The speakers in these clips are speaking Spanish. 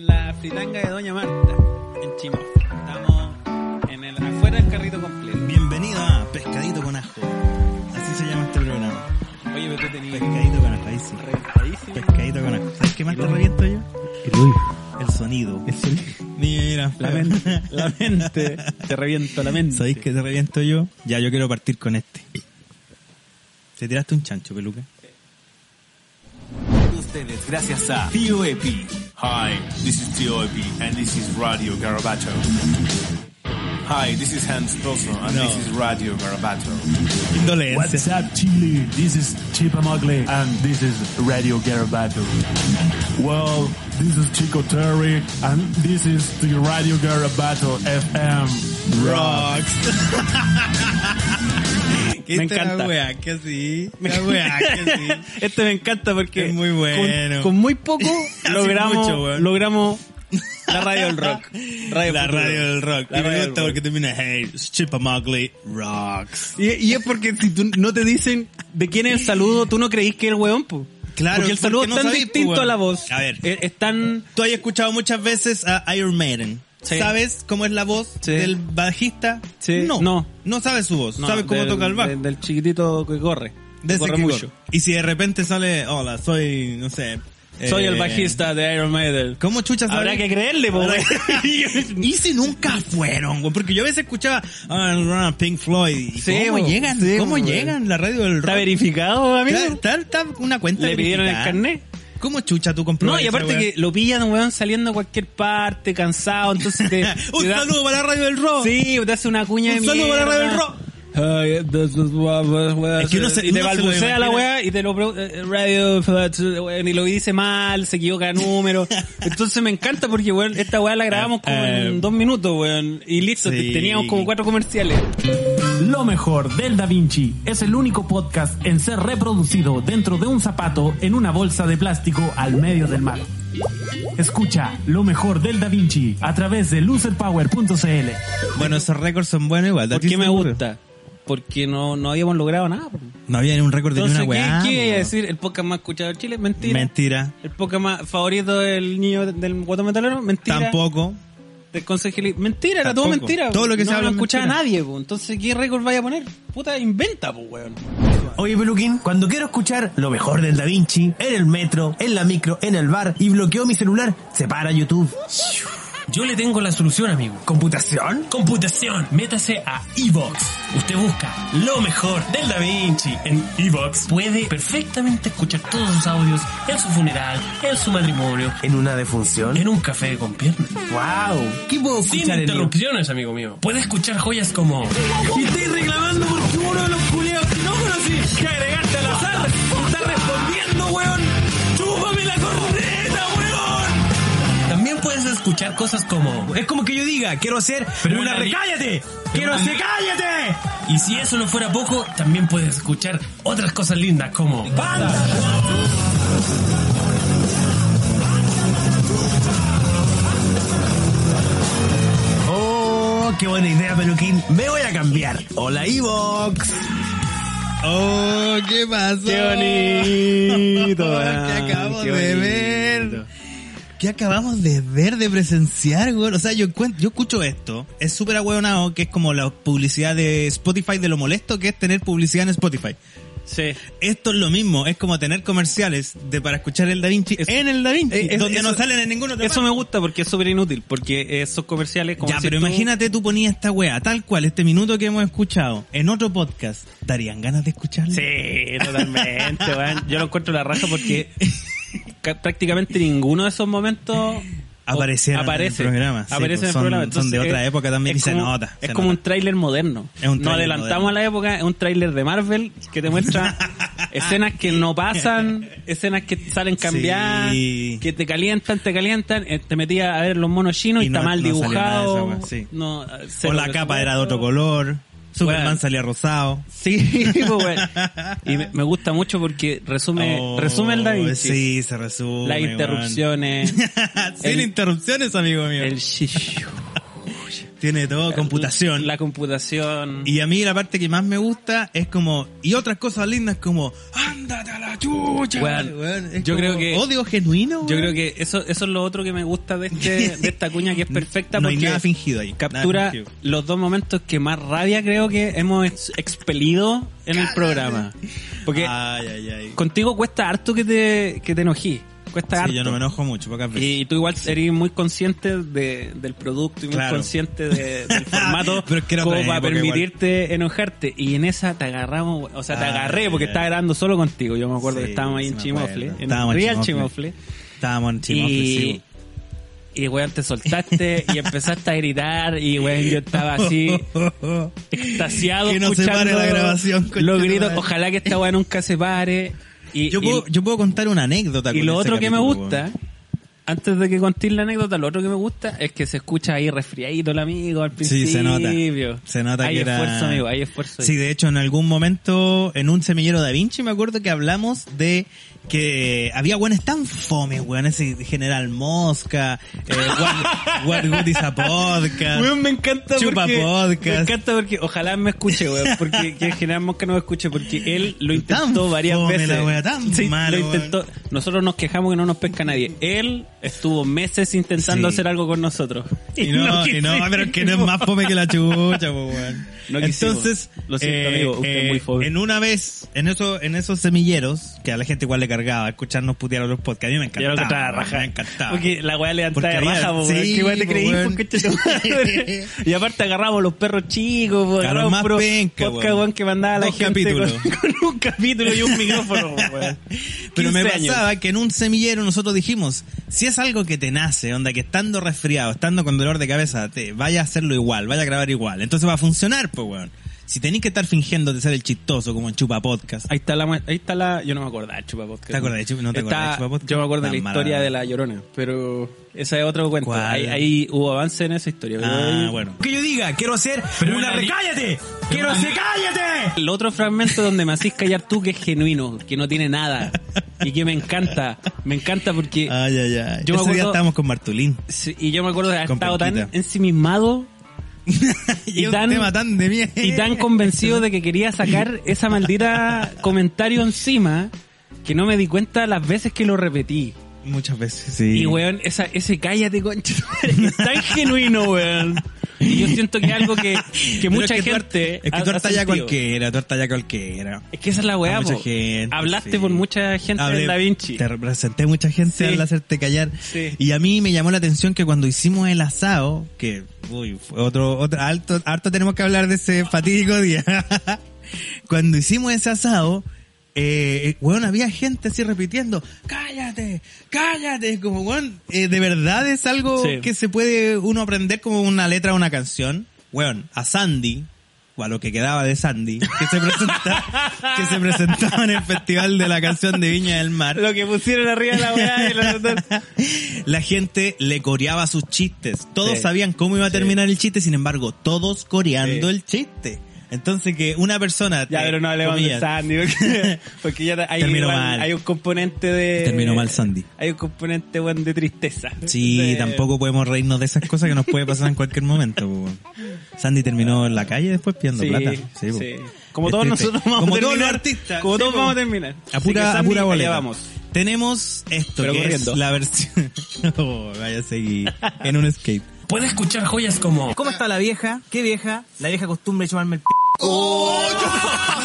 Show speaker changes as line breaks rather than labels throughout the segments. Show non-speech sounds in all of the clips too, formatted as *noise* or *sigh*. La fritanga de Doña Marta, en Chimó. Estamos en el, afuera del carrito completo.
Bienvenido a Pescadito con Ajo. Así se llama este programa.
Oye, pero tú tenías
Pescadito con ajo, ahí sí.
reventadísimo.
*laughs* Pescadito con ajo. ¿Sabes qué más te reviento yo? El sonido. Mira,
La mente, la mente. Te reviento la mente.
¿Sabéis qué te reviento yo? Ya, yo quiero partir con este. Te tiraste un chancho, peluca.
ustedes gracias a Tío Epi. Hi, this is Tío Epi and this is Radio Garabato. Hi, this is Hans Toso and
No.
this is Radio Garabato.
Indolencia.
What's up, Chile? This is Chipa Mugli, and this is Radio Garabato. Well, this is Chico Terry, and this is the Radio Garabato FM.
Rocks. *laughs* ¿Qué
Me
esta
encanta.
weá que así. La weá
*laughs*
que sí.
Este me encanta porque
Es muy bueno.
Con, con muy poco
*laughs* Hace
logramos,
mucho, weón.
logramos la radio del
*laughs*
rock. Radio
la
futuro.
radio del rock.
La
y
radio
me
del
gusta
rock.
porque termina, hey, Chipamugly rocks.
Y, y es porque si tú no te dicen de quién es el saludo, tú no creís que es el weón, po.
Claro,
Porque el saludo
porque no
es tan
sabéis, po,
distinto
weón.
a la voz.
A ver.
Es, es tan...
Tú has escuchado muchas veces a Iron Maiden.
Sí.
¿Sabes cómo es la voz
Sí.
del bajista?
Sí.
No.
No.
No sabes su voz.
no,
sabes cómo
del-
toca el bajo.
del- del chiquitito que corre.
De ese
corre
que
mucho.
corre. Y si de repente sale, hola, soy, no sé.
Soy
eh,
el bajista de Iron Maiden.
¿Cómo chuchas
Habrá que creerle, po,
Ahora-
weón.
*laughs* y si nunca fueron, güey, porque yo a veces escuchaba ah, Pink Floyd. ¿Y
Sí,
¿Cómo
güey.
llegan?
Sí,
¿Cómo
güey.
llegan? La radio del
¿Está
rock.
verificado, amigo?
Claro, Está, está una cuenta.
¿Le pidieron el
verificada.
carnet?
¿Cómo chucha tú compras?
No, y aparte que lo pillan, weón, saliendo a cualquier parte, cansado, entonces te...
*laughs* Un
te da-
saludo para la radio del rock.
Sí, te hace una cuña de
Un saludo para
mierda.
Radio del Rock.
Ay, this is what- what- what-
Es que uno se-
y te
uno se lo
balbucea la
imagina.
weá y te lo pro- eh, radio weón, y lo dice mal, se equivoca de
*laughs*
número. Entonces me encanta porque weón, esta weá la grabamos como en dos minutos, weón, y listo,
Eh, Sí.
teníamos como cuatro comerciales.
Lo mejor del Da Vinci es el único podcast en ser reproducido dentro de un zapato en una bolsa de plástico al medio del mar. Escucha lo mejor del Da Vinci a través de loserpower.cl.
Bueno, esos récords son buenos igual.
¿Por
Dati
qué me
se ocurre.
gusta? Porque no, no habíamos logrado nada. po.
No había ni un récord de ni
Entonces,
una
¿qué,
weá.
qué iba a
weón.
decir? ¿El podcast más escuchado de Chile? Mentira.
Mentira.
¿El podcast más favorito del niño de- del guato metalero? Mentira.
Tampoco.
Del consejero. Mentira, era todo
Tampoco.
mentira.
Todo lo que
no
se habla
No
es
escuchaba
mentira.
nadie, po. Entonces, ¿qué récord vaya a poner? Puta, inventa, pues, weón.
Oye, Peluquín, cuando quiero escuchar lo mejor del Da Vinci, en el metro, en la micro, en el bar y bloqueo mi celular, se para YouTube.
Yo le tengo la solución, amigo.
¿Computación?
Computación. Métase a Evox. Usted busca lo mejor del Da Vinci en Evox. Puede perfectamente escuchar todos sus audios en su funeral, en su matrimonio,
¿En una defunción?
en un café con piernas.
¡Wow! ¿Qué puedo
Sin
escuchar en el
interrupciones, amigo mío. Puede escuchar joyas como...
Y estoy reclamando porque uno de los culeos que no conocí que agregaste al azar está respondiendo, weón. ¡Chúpame la corneta, weón!
También puedes escuchar cosas como...
Es como que yo diga, quiero hacer
Pero
una
una li-
recállate. ¡Quiero
una
hacer
li-
cállate!
Y si eso no fuera poco, también puedes escuchar otras cosas lindas como...
¡Oh, qué buena idea, Peluquín! Me voy a cambiar. Hola, Evox.
Oh, ¿qué
*laughs*
pasó? ¿Qué acabamos de ver? ¿Qué acabamos de ver, de presenciar, güey? O sea, yo, encuent- yo escucho esto. Es súper agüeonado que es como la publicidad de Spotify de lo molesto que es tener publicidad en Spotify.
Sí.
Esto es lo mismo, es como tener comerciales de para escuchar el Da Vinci
Es-
en el Da Vinci,
Eh, es-
donde
eso-
no salen en ninguno de
Eso me gusta porque es súper inútil, porque esos comerciales como
Ya,
si
pero
tú-
imagínate tú ponías esta weá, tal cual, este minuto que hemos escuchado en otro podcast, ¿darían ganas de escucharlo?
Sí, totalmente, weón. Yo lo encuentro la raja
*laughs*
porque ca- prácticamente ninguno de esos momentos
Aparecieron
aparece,
en el programa, sí,
aparece
pues,
en el
son-
programa.
son
Entonces,
de otra
es-
época también y
es
se
como-
nota,
Es
se
como
nota.
un tráiler moderno.
Es un
Nos
tráiler
adelantamos
moderno. *laughs*
a la época, es un tráiler de Marvel que te muestra Escenas que no pasan, escenas que salen cambiadas,
Sí.
que te calientan, te calientan, eh, te metías a ver los monos chinos y,
Y
está
no-
mal
no salió nada de esa
dibujado.
wea, sí.
No, eh,
o
cero
la capa era de otro color. Superman
Bueno.
salía rosado.
Sí, *laughs* pues, weón. Y me, me gusta mucho porque resume,
Oh,
resume el Da Vinci.
Sí, se resume.
Las
weón.
interrupciones, *laughs*
*laughs* Sin
El-
interrupciones, amigo mío.
el shish-
Tiene todo, computación.
la computación.
Y a mí la parte que más me gusta es como, y otras cosas lindas como, ándate a la chucha.
Weón,
weón. Es
yo
como
creo que-
Odio genuino.
Yo
weón.
creo que eso, eso es lo otro que me gusta de, este, *laughs* de esta cuña que es perfecta
No hay
porque
nada fingido ahí.
captura
Nada fingido.
los dos momentos que más rabia creo que hemos ex- expelido en el programa. Porque
Ay, ay, ay.
contigo cuesta harto que te, que te enojí. Cuesta
Sí,
harto.
yo no me enojo mucho, pocas veces. *laughs*
Y tú igual eres muy consciente de- del producto y muy
Claro.
consciente de-
*laughs*
del formato
Pero es que era
como
otra
para
época
permitirte enojarte. Y en esa te agarramos, o sea, te
Ah,
agarré porque
ya.
estaba grabando solo contigo. Yo me acuerdo que
Sí,
estábamos ahí
sí
en
me
Chimofle,
acuerdo.
en
Estábamos en
Real
Chimofle.
Chimofle.
Estábamos en Chimofle,
Y,
sí.
y weón, te soltaste y empezaste a gritar y weón, yo estaba así
*laughs*
extasiado
Que no se
escuchando
pare la grabación, concha
los
tu
gritos.
madre.
Ojalá que esta weá nunca se pare. Y,
Yo
y-
puedo, yo puedo contar una anécdota.
y
con
lo
ese
otro que me
capítulo,
gusta,
weón.
antes de que contéis la anécdota, lo otro que me gusta es que se escucha ahí resfriadito el amigo al
Sí,
principio.
se nota. Se nota
hay
que era-
esfuerzo, amigo, hay esfuerzo. ahí.
Sí, de hecho, en algún momento, en un semillero Da Vinci, me acuerdo que hablamos de que había weones tan fomes, weones, y General Mosca, eh,
*laughs*
what, what Good is a Podcast.
Weón, me encanta
Chupa
porque,
podcast.
Me encanta porque ojalá me escuche, weón, porque que General Mosca no me escuche porque él lo
Tan
intentó varias
fome
veces.
la wea, tan
Sí,
malo,
lo intentó. Nosotros nos quejamos que no nos pesca nadie. Él estuvo meses intentando
Sí.
hacer algo con nosotros.
Y
*laughs*
no, y no, pero es que no es más fome que la chucha, po, weón.
No quisimos.
Entonces, eh,
Lo siento, amigo, usted es muy fome.
En una vez, en eso, en esos semilleros, que a la gente igual le cargaba escucharnos putear a los podcasts, a mí me
Y ahora
encantaba.
lo encontraba de
weón,
raja.
Me encantaba.
Porque la weá levantaba de
Porque
raja, po,
había-
weón.
sí,
¿Qué weá te
po,
creí,
weón.
po, concha tu
*laughs*
madre? *laughs* Y aparte agarramos los perros chicos, po,
A
agarramos
los más
puro
penca,
podcast,
weón.
weón, que mandaba la
Dos
gente con,
capítulos.
con *laughs* un capítulo y un micrófono, po, weón.
*laughs* Pero me
15 años.
pasaba que en un semillero nosotros dijimos, si es algo que te nace, onda que estando resfriado, estando con dolor de cabeza, te vaya a hacerlo igual, vaya a grabar igual. Entonces va a funcionar, pues weón. Si tenés que estar fingiendo de ser el chistoso como en Chupa Podcast.
Ahí está la, mu- ahí está la, yo no me acordaba, chupa podcast.
¿Te acordás de Chupa- no te
Está-
acordás de Chupa Podcast?
Yo me acuerdo de la
Tan mala
historia
onda.
de la llorona, pero esa es otro cuento.
¿Cuál?
Ahí, ahí hubo avance en esa historia. pero
Ah,
ahí-
bueno.
Que yo diga, quiero hacer una
una-
recállate. Quiero hacer cállate.
El otro fragmento donde me hacís callar tú que es genuino, que no tiene nada y que me encanta, me encanta porque
Ay, ay, ay.
Yo
Yo
me
Ese día
acuerdo-
estábamos
*laughs*
con Martulín.
Sí, y yo me acuerdo de haber
Con
estado tan
penquita.
ensimismado
*laughs* y,
Y
un
tan-
tema tan de mierda.
y tan convencido de que quería sacar esa maldita comentario encima que no me di cuenta las veces que lo repetí.
Muchas veces, sí.
Y weón, esa, ese cállate concha, *laughs* tu madre, es tan genuino, weón. Y yo siento que es algo que, que
Pero
mucha
es que tú har-
gente.
Es que tú
ha- ha
hartas ya
sentido.
cualquiera, tú hartas ya cualquiera.
Es que esa es la weá,
A mucha
po.
gente,
Hablaste
sí.
por mucha gente
Hablé-
en Da Vinci.
Te representé mucha gente
Sí.
al hacerte callar.
Sí.
Y a mí me llamó la atención que cuando hicimos el asado, que, uy, fue otro, otro, alto, harto tenemos que hablar de ese fatídico día. *laughs* cuando hicimos ese asado, eh, weón, había gente así repitiendo, cállate, cállate, como weón, eh, de verdad es algo
Sí.
que se puede uno aprender como una letra de una canción. Weón, a Sandy, o a lo que quedaba de Sandy, que se
*laughs*
presentaba, que se presentaba en el Festival de la Canción de Viña del Mar.
Lo que pusieron arriba de la weá y
*laughs*
lo-
La gente le coreaba sus chistes. Todos
Sí.
sabían cómo iba a terminar el chiste, sin embargo, todos coreando
Sí.
el chiste. Entonces que una persona...
Ya,
te-
pero no hablemos de
comillas,
Sandy,
*laughs*
porque, porque ya hay,
Terminó
igual-
mal.
hay un componente de...
Terminó mal Sandy.
Hay un componente, weón, de tristeza.
Sí,
De-
tampoco podemos reírnos de esas cosas que nos puede pasar en cualquier momento. po, weón. Sandy terminó en la calle después pidiendo
Sí,
plata.
sí.
Sí, po.
Como
Es
todos
triste.
nosotros vamos
Como
a terminar.
todos los artistas.
Como
sí,
todos
po.
vamos a terminar.
A pura,
Así que,
a
Sandy,
pura
allá
boleta.
vamos.
Tenemos esto
Pero
que
corriendo.
es la versión... *laughs* Oh, vaya a seguir en un escape.
Puede escuchar joyas como
¿Cómo está la vieja? ¿Qué vieja? La vieja costumbre de chuparme el p.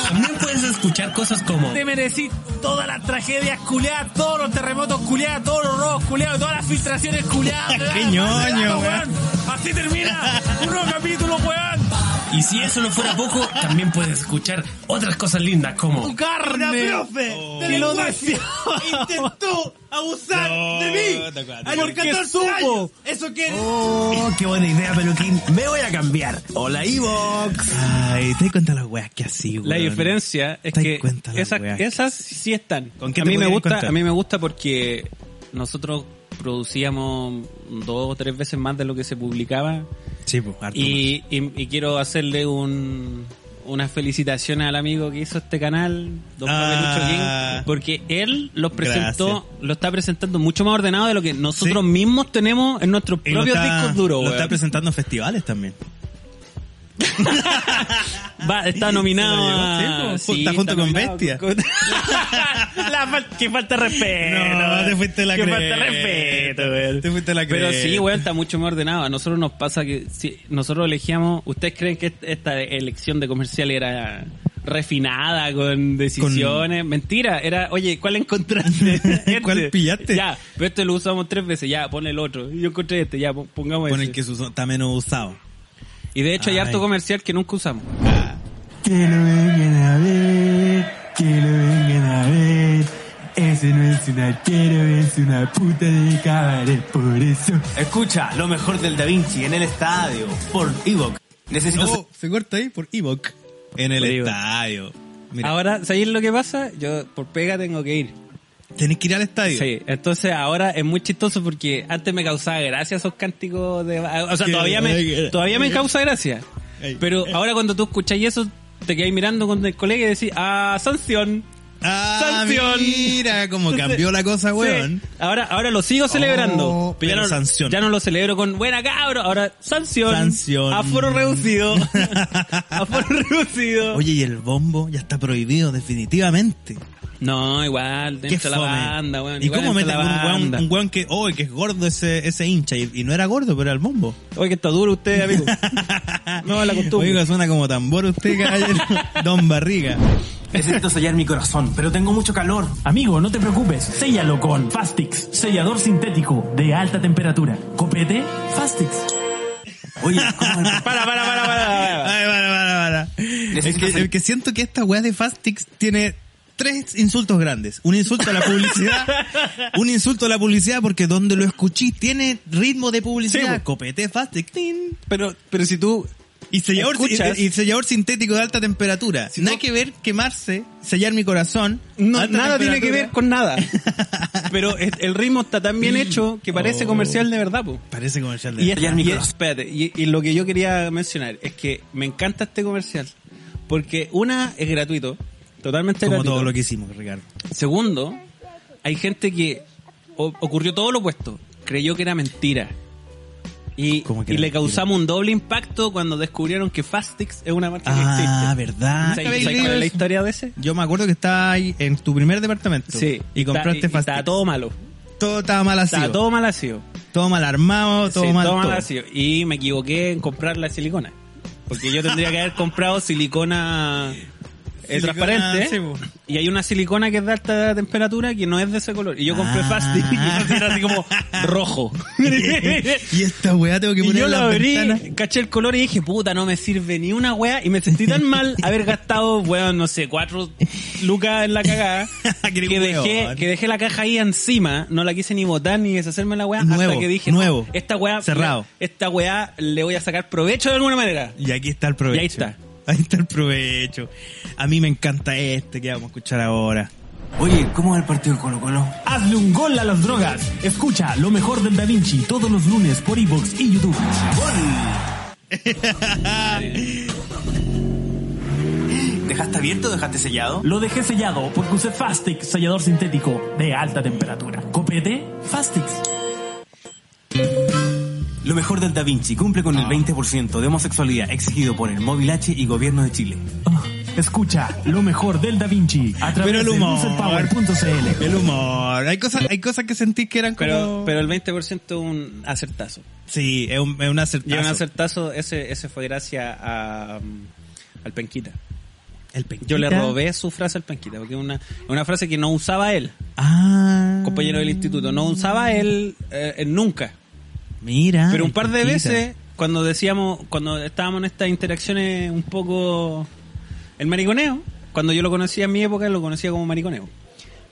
También puedes escuchar cosas como
Te merecí todas las tragedias culeadas, todos los terremotos culeados, todos los robos culeados, todas las
*laughs*
filtraciones culeadas.
Qué ñoño, weón.
Así termina un nuevo capítulo, weón.
Y si eso no fuera poco, también puedes escuchar otras cosas lindas como...
*laughs* ¡Carne! profe! ¡Que lo ¡Intentó abusar de mí! ¡A los 14 años! ¡Eso que
¡Oh, qué buena idea, peluquín! ¡Me voy a cambiar! ¡Hola, Evox!
Ay, te das cuenta las weas que así, weón.
La diferencia es
Te das
que
cuenta la
esas,
weá.
esas sí están.
¿Con qué
a
te
mí me
podías
gusta,
encontrar?
a mí me gusta porque nosotros producíamos dos o tres veces más de lo que se publicaba
Sí, pues, harto
y, y- y quiero hacerle un unas felicitaciones al amigo que hizo este canal, Don
Ah.
Pepe Lucho King, porque él los presentó,
Gracias.
lo está presentando mucho más ordenado de lo que nosotros
Sí.
mismos tenemos en nuestros
Y lo
propios
está-
discos duros.
Lo está
weón.
presentando en festivales también.
Va, está nominado.
Se lo llevó,
a-
sí, po. Está junto con
nominado
Bestia.
con-
*laughs*
*laughs* La fal- que falta de
Eh,
respeto. ¿eh?
No, te fuiste la
Que
cresta.
falta de respeto, ¿eh? weón.
Te fuiste la
Pero
cresta.
sí, weón, está mucho más ordenado. A nosotros nos pasa que si nosotros elegíamos. ¿Ustedes creen que esta elección de comercial era refinada con decisiones? Mentira, era, oye, ¿cuál
*laughs*
encontraste? Este.
¿Cuál pillaste?
Ya, pero este lo usamos tres veces, ya, pon el otro. Yo encontré este, ya, pon- pongamos
Con el
ese.
que su- está menos usado.
Y de hecho hay
Ay.
harto comercial que nunca usamos.
Que lo vengan a ver, que lo vengan a ver. Ese no es un arquero, es una puta de cabaret, por eso.
Escucha lo mejor del Da Vinci en el estadio por Evox. Necesito
Oh, se corta ahí por Evoc. En el
Por Ah, Evoc.
estadio. Mira,
Ahora, ¿sabéis lo que pasa? Yo por pega tengo que ir.
tenés que ir al estadio.
Sí, entonces ahora es muy chistoso porque antes me causaba gracia esos cánticos de... O sea, todavía me, todavía me causa gracia. Pero ahora cuando tú escucháis eso, te quedáis mirando con el colega y decís, ah, sanción.
Ah,
Sanción.
mira cómo cambió la cosa, weón.
*laughs* Sí, Ahora, ahora lo sigo celebrando.
Oh,
ya,
pero
no,
sanción.
ya no lo celebro con buena cabro. Ahora, sanción.
Sanción.
Aforo
*laughs*
reducido. aforo reducido.
Oye, y el bombo ya está prohibido definitivamente.
No, igual, dentro de la banda, weón.
¿Y
igual
cómo
dentro
meten
de
un
la
weón,
banda.
un weón que, oh, que es gordo ese, ese hincha? Y, y no era gordo, pero era el bombo.
Oye, que está duro usted,
*laughs*
amigo. No, la costumbre.
Oiga, suena como tambor usted,
*laughs*
caballero. Don Barriga.
Necesito sellar mi corazón, pero tengo mucho calor.
Amigo, no te preocupes, séllalo con Fastix, sellador sintético de alta temperatura. Copete, Fastix. *laughs*
Oye, ¿cómo el-
Para, para, para, para.
Ay, para, para, para. Es
Necesito
que,
hacer-
es que siento que esta weá de Fastix tiene tres insultos grandes. Un insulto a la *laughs* publicidad, un insulto a la publicidad porque donde lo escuché tiene ritmo de publicidad.
Sí, po.
Copete Fastix. tin.
Pero, pero si tú.
Y sellador,
Escuchas-
y, y sellador sintético de alta temperatura. nada que ver quemarse, sellar mi corazón.
No,
alta
nada tiene que
temperatura.
ver con nada. *laughs*
*laughs*
Pero es- el ritmo está tan bien hecho que parece
Oh.
comercial de verdad, po.
Parece comercial de
Y, es-
Ya el
y
micro.
espérate, y, y lo que yo quería mencionar es que me encanta este comercial. Porque, una, es gratuito. Totalmente
Como
gratuito.
todo lo que hicimos, Ricardo.
Segundo, hay gente que o- ocurrió todo lo opuesto. Creyó que era mentira. Y,
¿Cómo que
y
era
le
mentira?
causamos un doble impacto cuando descubrieron que Fastix es una marca
Ah,
que existe.
¿verdad?
¿Sabes- sabes cuál es la historia de ese?
Yo me acuerdo que estaba ahí en tu primer departamento.
Sí.
Y compraste
Está- y- y
Fastix.
Estaba todo malo.
Todo estaba mal así.
Estaba todo mal ácido.
Todo mal armado, todo
Sí,
mal.
todo mal
todo.
ácido. Y me equivoqué en comprar la silicona. Porque yo tendría que haber comprado silicona, eh,
Silicona,
transparente.
sí, po.
y hay una silicona que es de alta temperatura que no es de ese color. Y yo compré
Ah.
Fastix y Fastix era así como
*laughs*
rojo.
*laughs*
*laughs*
y esta weá tengo que
Y
poner
yo
en
la
la
abrí,
ventana.
caché el color y dije, puta, no me sirve ni una weá. Y me sentí tan
*laughs*
mal haber gastado, weón, no sé, cuatro lucas en la
*laughs*
cagada.
Que
que,
era un
dejé,
weón.
que dejé la caja ahí encima. No la quise ni botar ni deshacerme la weá.
Nuevo,
hasta que dije, no,
nuevo.
esta weá,
Cerrado.
Esta weá le voy a sacar provecho de alguna manera.
Y aquí está el provecho.
Y ahí está.
Ahí está el provecho. A mí me encanta este que vamos a escuchar ahora.
Oye, ¿cómo es el partido de Colo Colo?
Hazle un gol a las drogas. Escucha lo mejor del Da Vinci todos los lunes por Evox y YouTube.
¿Dejaste abierto o dejaste sellado?
Lo dejé sellado porque usé Fastix, sellador sintético de alta temperatura. Copete, Fastix.
Lo mejor del Da Vinci cumple con
Ah.
el 20% de homosexualidad exigido por el Móvil H y Gobierno de Chile.
Ah, Escucha lo mejor del Da Vinci a
Pero
través
el
de
humor.
lucerpower.cl.
El humor. Hay cosas, hay cosas que sentí que eran como.
Pero, pero el 20% es un acertazo.
Sí, es un, es un
Y
acertazo.
un acertazo, ese, ese fue gracias a, um, al Penquita.
El penquita.
Yo le robé su frase al Penquita, porque es una, una frase que no usaba él.
Ah.
compañero del instituto. No usaba él eh, eh, nunca.
Mira.
Pero un
el
par de
penquita.
veces cuando decíamos, cuando estábamos en estas interacciones un poco. El mariconeo, cuando yo lo conocía en mi época, lo conocía como mariconeo.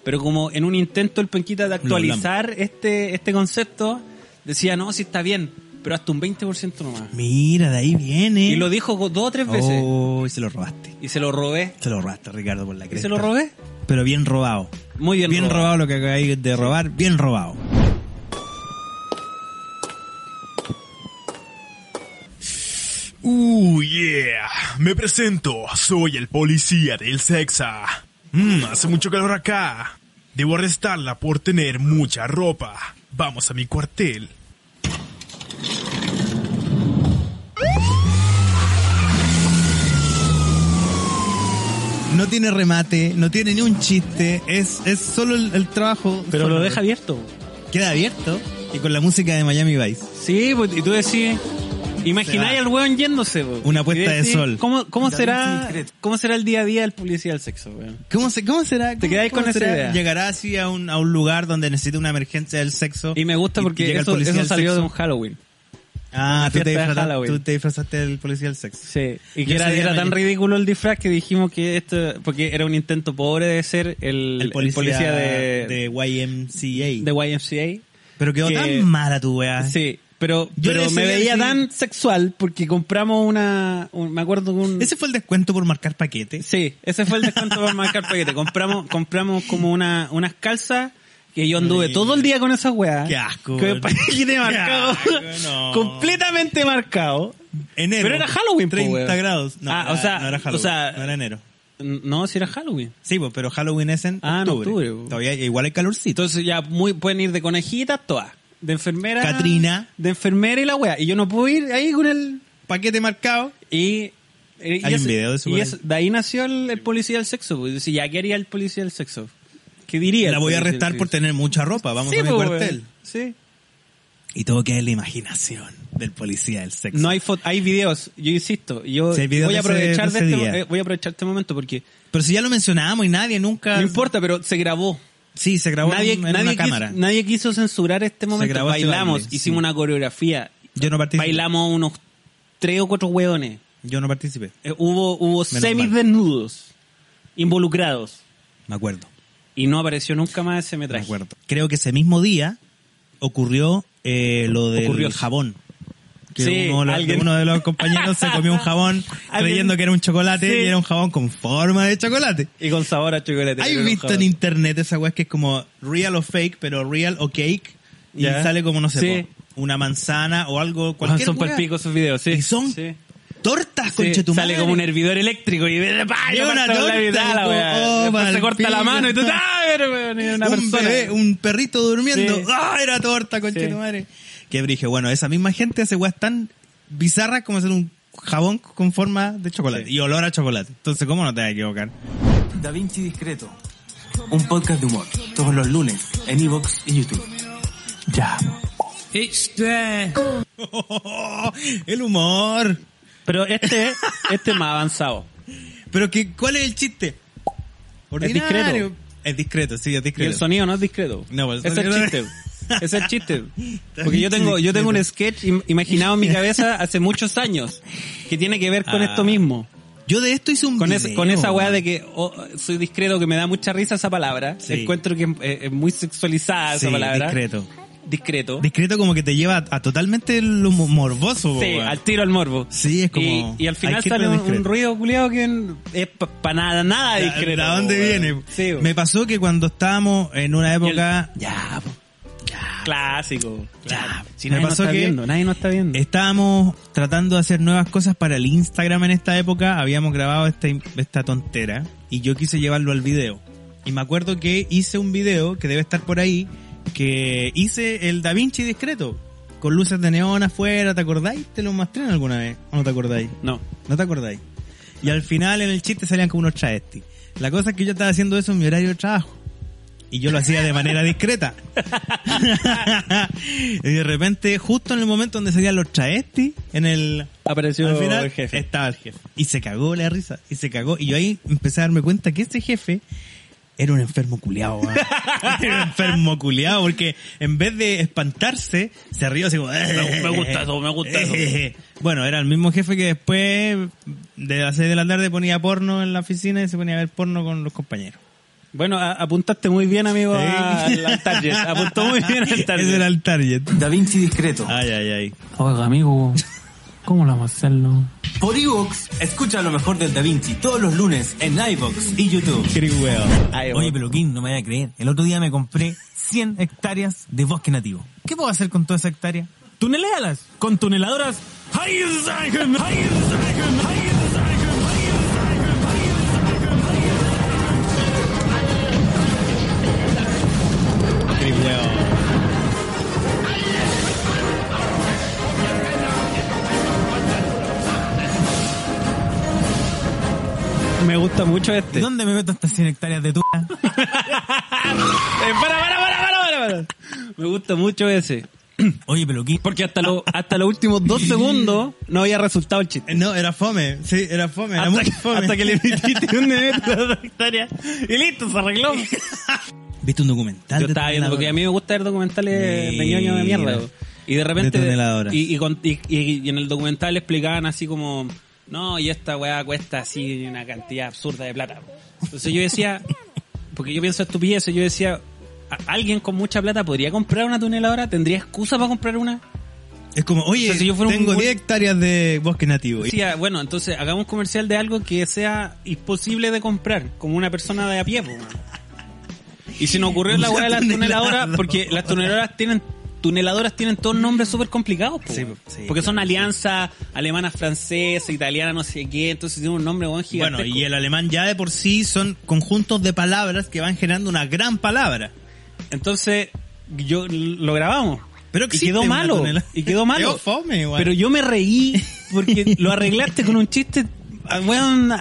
Pero como en un intento el Penquita de actualizar este, este concepto, decía, no, sí está bien, pero hasta un 20% nomás.
Mira, de ahí viene.
Y lo dijo co- dos o tres veces.
Oh, y se lo robaste.
Y se lo robé.
Se lo robaste, Ricardo, por la
¿Y
cresta.
se lo robé?
Pero bien robado.
Muy bien,
Bien
robado.
robado lo que acabáis de robar, bien robado.
Uh, yeah. Me presento. Soy el policía del sexa. Mm, hace mucho calor acá. Debo arrestarla por tener mucha ropa. Vamos a mi cuartel.
No tiene remate, no tiene ni un chiste, es, es solo el, el trabajo.
Pero
solo.
lo deja abierto.
Queda abierto y con la música de Miami Vice.
Sí, pues, y tú decís,
Se
imagináis
va.
al weón yéndose. po.
Una
Y
puesta de
decís,
sol.
¿Cómo, cómo,
Da
será,
Vinci Discreto.
¿Cómo será el día a día del policía del sexo, weón?
¿Cómo, se, cómo será? ¿Cómo-
quedáis
cómo
con esa
será?
idea.
Llegará así a un, a un lugar donde necesita una emergencia del sexo.
Y me gusta porque
llega el
eso,
policía
eso
del
salió
sexo.
de un Halloween.
Ah, tú te,
fiesta de
disfraza-
Halloween.
tú te disfrazaste del policía del sexo.
Sí. Y
Yo
que era,
soy
era tan
amarillo.
ridículo el disfraz que dijimos que esto, porque era un intento pobre de ser el, el policía, de,
de YMCA.
de YMCA.
Pero quedó
que-
tan mala tu weá.
Sí, pero,
Ah. Yo
pero
le
me
decía
veía
así-
tan sexual porque compramos una, un- me acuerdo que un...
Ese fue el descuento por marcar paquete.
Sí, ese fue el descuento para marcar paquete. Compramos, compramos como una, unas calzas que yo anduve todo el día con esas weas.
Qué asco,
Que
weón.
paquete marcado.
asco, no.
Completamente marcado.
Enero.
Pero era Halloween, po,
30
weón.
grados. No,
Ah, o
era-
sea,
no era Halloween.
o sea-
no era enero.
No, si era Halloween.
Sí, pues, pero Halloween es en
Ah, en
octubre.
octubre, po.
Todavía igual hay calorcito.
Entonces ya muy pueden ir de conejitas todas. De enfermera.
Catrina.
De enfermera y la wea. Y yo no pude ir ahí con el...
Paquete marcado.
Y... eh, y
Hay un
ese-
video de eso
y
por ahí.
eso- de ahí nació el, el policía del sexo. pues. Dice, ya, ¿qué haría el policía del sexo? ¿Qué diría?
La
el
voy
policía
a
del
arrestar por
sexo?
tener mucha ropa. Vamos
Sí,
a mi
po, weón.
cuartel.
Sí.
Y todo queda en la imaginación del policía del sexo.
No hay fo- hay videos, yo insisto, yo
Sí, hay videos
voy a
de ese-
aprovechar
de
de
ese
este,
día.
eh, voy a aprovechar este momento porque
Pero si ya lo mencionábamos y nadie nunca...
no importa, pero se grabó.
Sí, se grabó
Nadie,
en, en
nadie,
una
quiso,
cámara.
nadie quiso censurar este momento.
grabó este
Bailamos,
baile,
hicimos
sí.
una coreografía,
Yo no participé.
bailamos unos tres o cuatro hueones.
Yo no participé.
Eh, hubo hubo
mal.
semis desnudos involucrados
Me acuerdo.
y no apareció nunca más ese
Me
metraje.
acuerdo. Creo que ese mismo día ocurrió eh, lo del
Ocurrió.
jabón. Que
Sí,
uno, de los-
alguien-
uno de los compañeros se comió un jabón
*laughs* Alguien-
creyendo que era un chocolate
Sí.
y era un jabón con forma de chocolate.
Y con sabor a chocolate.
¿Hay
pero
visto
enojado.
en internet esa weá que es como real o fake, pero real o cake? Y
Ya.
sale como, no sé,
Sí.
po, una manzana o
Juan,
algo, cualquier
son
weá.
palpico esos videos, sí.
Y son
Sí.
tortas,
Sí,
conche tu
sale
madre.
como un hervidor eléctrico y de pa,
Y
yo
una
parto
torta,
la mitad, la
y
weá.
como, oh,
Después se
mal
corta la
pico.
mano y tú, ah, pero weón, y una
un
persona.
bebé, un perrito durmiendo.
Sí.
¡Ah, era torta, conche
Sí.
tu madre! Qué brige. Bueno, esa misma gente hace weas tan bizarras como hacer un jabón con forma de chocolate. Y olor a chocolate. Entonces, ¿cómo no te vas a equivocar? *laughs*
Da Vinci Discreto. Un podcast de humor. Todos los lunes en Evox y YouTube. Ya.
¡El humor!
Pero este, este es más avanzado.
Pero que, ¿cuál es el chiste?
discreto.
Es discreto, sí, es
Y
discreto.
el sonido no es discreto.
No, pues,
Ese es el
sonido-
chiste. Ese es el
*laughs*
chiste. Porque yo tengo, yo tengo un sketch im- imaginado en mi cabeza hace muchos años que tiene que ver con
Ah.
esto mismo.
Yo de esto hice un
Con,
video.
es- con esa weá de que oh, soy discreto, que me da mucha risa esa palabra.
Sí.
Encuentro que es, eh, es muy sexualizada
Sí,
esa palabra.
discreto.
Discreto.
Discreto como que te lleva a, a totalmente lo mo- morboso.
Sí,
weón.
al tiro al morbo.
Sí, es como-
Y, y al
hay
final
que irle
sale un,
discreto.
un ruido culiado que n- es para nada, nada
¿De-
discreto.
¿De dónde
weón.
viene?
Sí, weón.
Me pasó que cuando estábamos en una
el-
época,
Ya, po. Ah, Clásico.
Ya.
Si
Me
nadie nos
pasó
está
que-
viendo, nadie nos está viendo.
estábamos tratando de hacer nuevas cosas para el Instagram en esta época, habíamos grabado esta, esta tontera y yo quise llevarlo al video. Y me acuerdo que hice un video que debe estar por ahí, que hice el Da Vinci discreto, con luces de neón afuera, ¿te acordáis? ¿Te lo mostré alguna vez? ¿O no te acordáis?
No.
¿No te acordáis? Y al final en el chiste salían como unos travestis. La cosa es que yo estaba haciendo eso en mi horario de trabajo. Y yo lo hacía de manera discreta. *laughs* y de repente, justo en el momento donde salían los travestis, en el...
Apareció
al final,
el jefe.
estaba el jefe. Y se cagó la risa. Y se cagó. Y yo ahí empecé a darme cuenta que ese jefe era un enfermo culiado,
*laughs*
weón. Era un enfermo culiado, porque en vez de espantarse, se rió así como...
Me- me
*laughs*
gusta eso, me gusta eso.
Bueno, era el mismo jefe que después, de las 6 de la tarde, ponía porno en la oficina y se ponía a ver porno con los compañeros.
Bueno, a- apuntaste muy bien, amigo, a-
Sí.
al al target. Apuntó muy bien al
*laughs* Ese era
target.
el target.
Da Vinci discreto.
Ay, ay, ay.
Oiga, amigo, ¿cómo lo vamos a hacerlo?
Por Evox, escucha lo mejor del Da Vinci todos los lunes en iVox y YouTube.
Qué huevo.
Oye, Peluquín, no me vayas a creer. El otro día me compré 100 hectáreas de bosque nativo. ¿Qué puedo hacer con toda esa hectárea?
Tuneléalas con tuneladoras.
Qué huevo.
Me gusta mucho este.
¿Y dónde me meto estas 100 hectáreas de tu...
Eh, para, para, para, para, para, para. Me gusta mucho ese.
Oye, Peluquín.
Porque hasta,
*laughs*
lo- hasta los últimos dos segundos no había resultado el chiste.
Eh, No, era fome. Sí, era fome. Era muy
Hasta,
fome.
hasta que le metiste un neto a la hectárea. Y listo, se arregló.
*laughs* ¿Viste un documental?
Yo
de este
estaba viendo,
Tonelado?
porque a mí me gusta ver documentales de ñoño de mierda.
Mira.
bo. Y de repente.
De toneladoras.
y, y con- y- y- y en el documental explicaban así como. No, y esta weá cuesta así una cantidad absurda de plata. bo". Entonces yo decía. Porque yo pienso estupideces, yo decía. "¿A- ¿Alguien con mucha plata podría comprar una tuneladora? ¿Tendría excusa para comprar una?
Es como, oye,
O sea, si yo fuera un
tengo
buen-
10 hectáreas de bosque nativo. Y-
Decía, ah, bueno, entonces hagamos un comercial de algo que sea imposible de comprar, como una persona de a pie. po, weón. Y se nos ocurrió la
Una
hueá de las
tuneladora.
tuneladoras, porque las tuneladoras tienen tuneladoras tienen todos nombres súper complicados, po,
Sí,
weón.
po, sí,
porque son alianza alemana, francesa, italiana, no sé qué, entonces tiene un nombre buen gigante.
Bueno, y el alemán ya de por sí son conjuntos de palabras que van generando una gran palabra.
Entonces yo lo grabamos.
Pero
y
existe
quedó
una
malo,
tunela-
y quedó malo.
Quedó fome igual.
Pero yo me reí
*laughs*
porque lo arreglaste con un chiste, ah, weón,